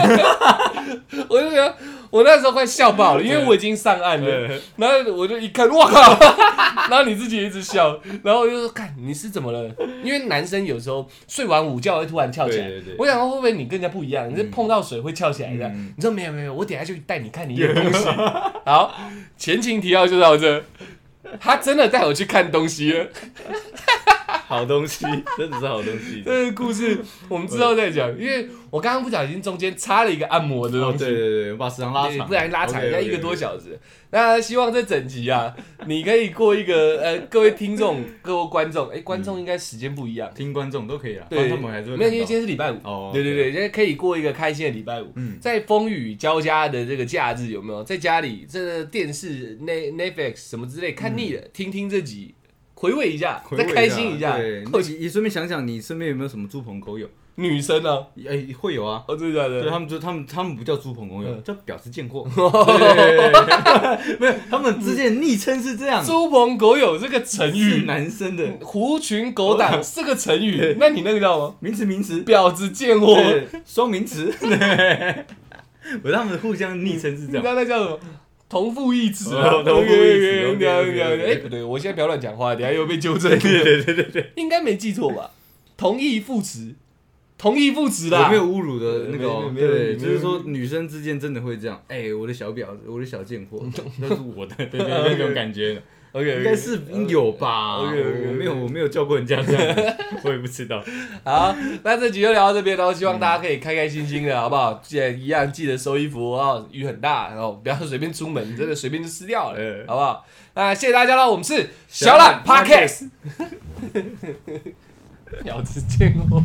我就觉得我那时候快笑爆了，因为我已经上岸了对。然后我就一看，哇 靠！然后你自己也一直笑，然后我就说：“看你是怎么了？”因为男生有时候睡完午觉会突然跳起来。对对对我想说会不会你跟人家不一样？你是碰到水会跳起来的。嗯你说没有没有，我等一下就带你看你一个东 西。好，前情提要就到这。他真的带我去看东西了，好东西，真的是好东西。这个故事我们之后再讲，因为我刚刚不小心中间插了一个按摩的东西。哦对对对，我把时长拉对长，不然拉长 OK，OK，一下一个多小时。那希望这整集啊，你可以过一个呃，各位听众、各位观众，哎，观众应该时间不一样，听观众都可以啦，对，嗯观众们还是会没有，因看为到今天是礼拜五，哦，对对对，今天可以过一个开心的礼拜五。嗯在风雨交加的这个假日，有没有在家里这个电视、Net Netflix 什么之类看腻了，听听这集，回味一下，嗯回味再一下开心一下对，。或那许你你顺便想想，你身边有没有什么猪朋狗友？女生呢？哎，会有啊。哦，真的假对的？他们就他们他们不叫猪朋狗友，嗯哦叫婊子贱货。对 没有，他们之间的昵称是这样，猪朋狗友这个成是语，男生的狐群狗党是个成语，那你那个叫吗？名词名词，婊子贱货，对双名词。 对，我他们互相昵称是你这知样。道那叫什么？同父异齿啊，哦同父异齿 OK，OK， OK，OK，OK，OK 了解哎，不对，我现在不要乱讲话，等下又被纠正。对对对对对，应该没记错吧？同义副词，同义副词我啦没。有侮辱的那个哦，啊没有没有没有对，没有就是说女生之间真的会这样，哎，我的小婊子，我的小贱 货，那是我 的，对对，对那种感觉。 OK，应该是有 吧哦 OK，OK，OK 我没有，我没有叫过人家这样， 我也不知道。好，那这集就聊到这边喽，希望大家可以开开心心的，好不好？记得一样记得收衣服哦，雨很大，然后不要随便出门，真的随便就湿掉了，嗯好不好？那谢谢大家喽，我们是小懒 Podcast，婊子贱货。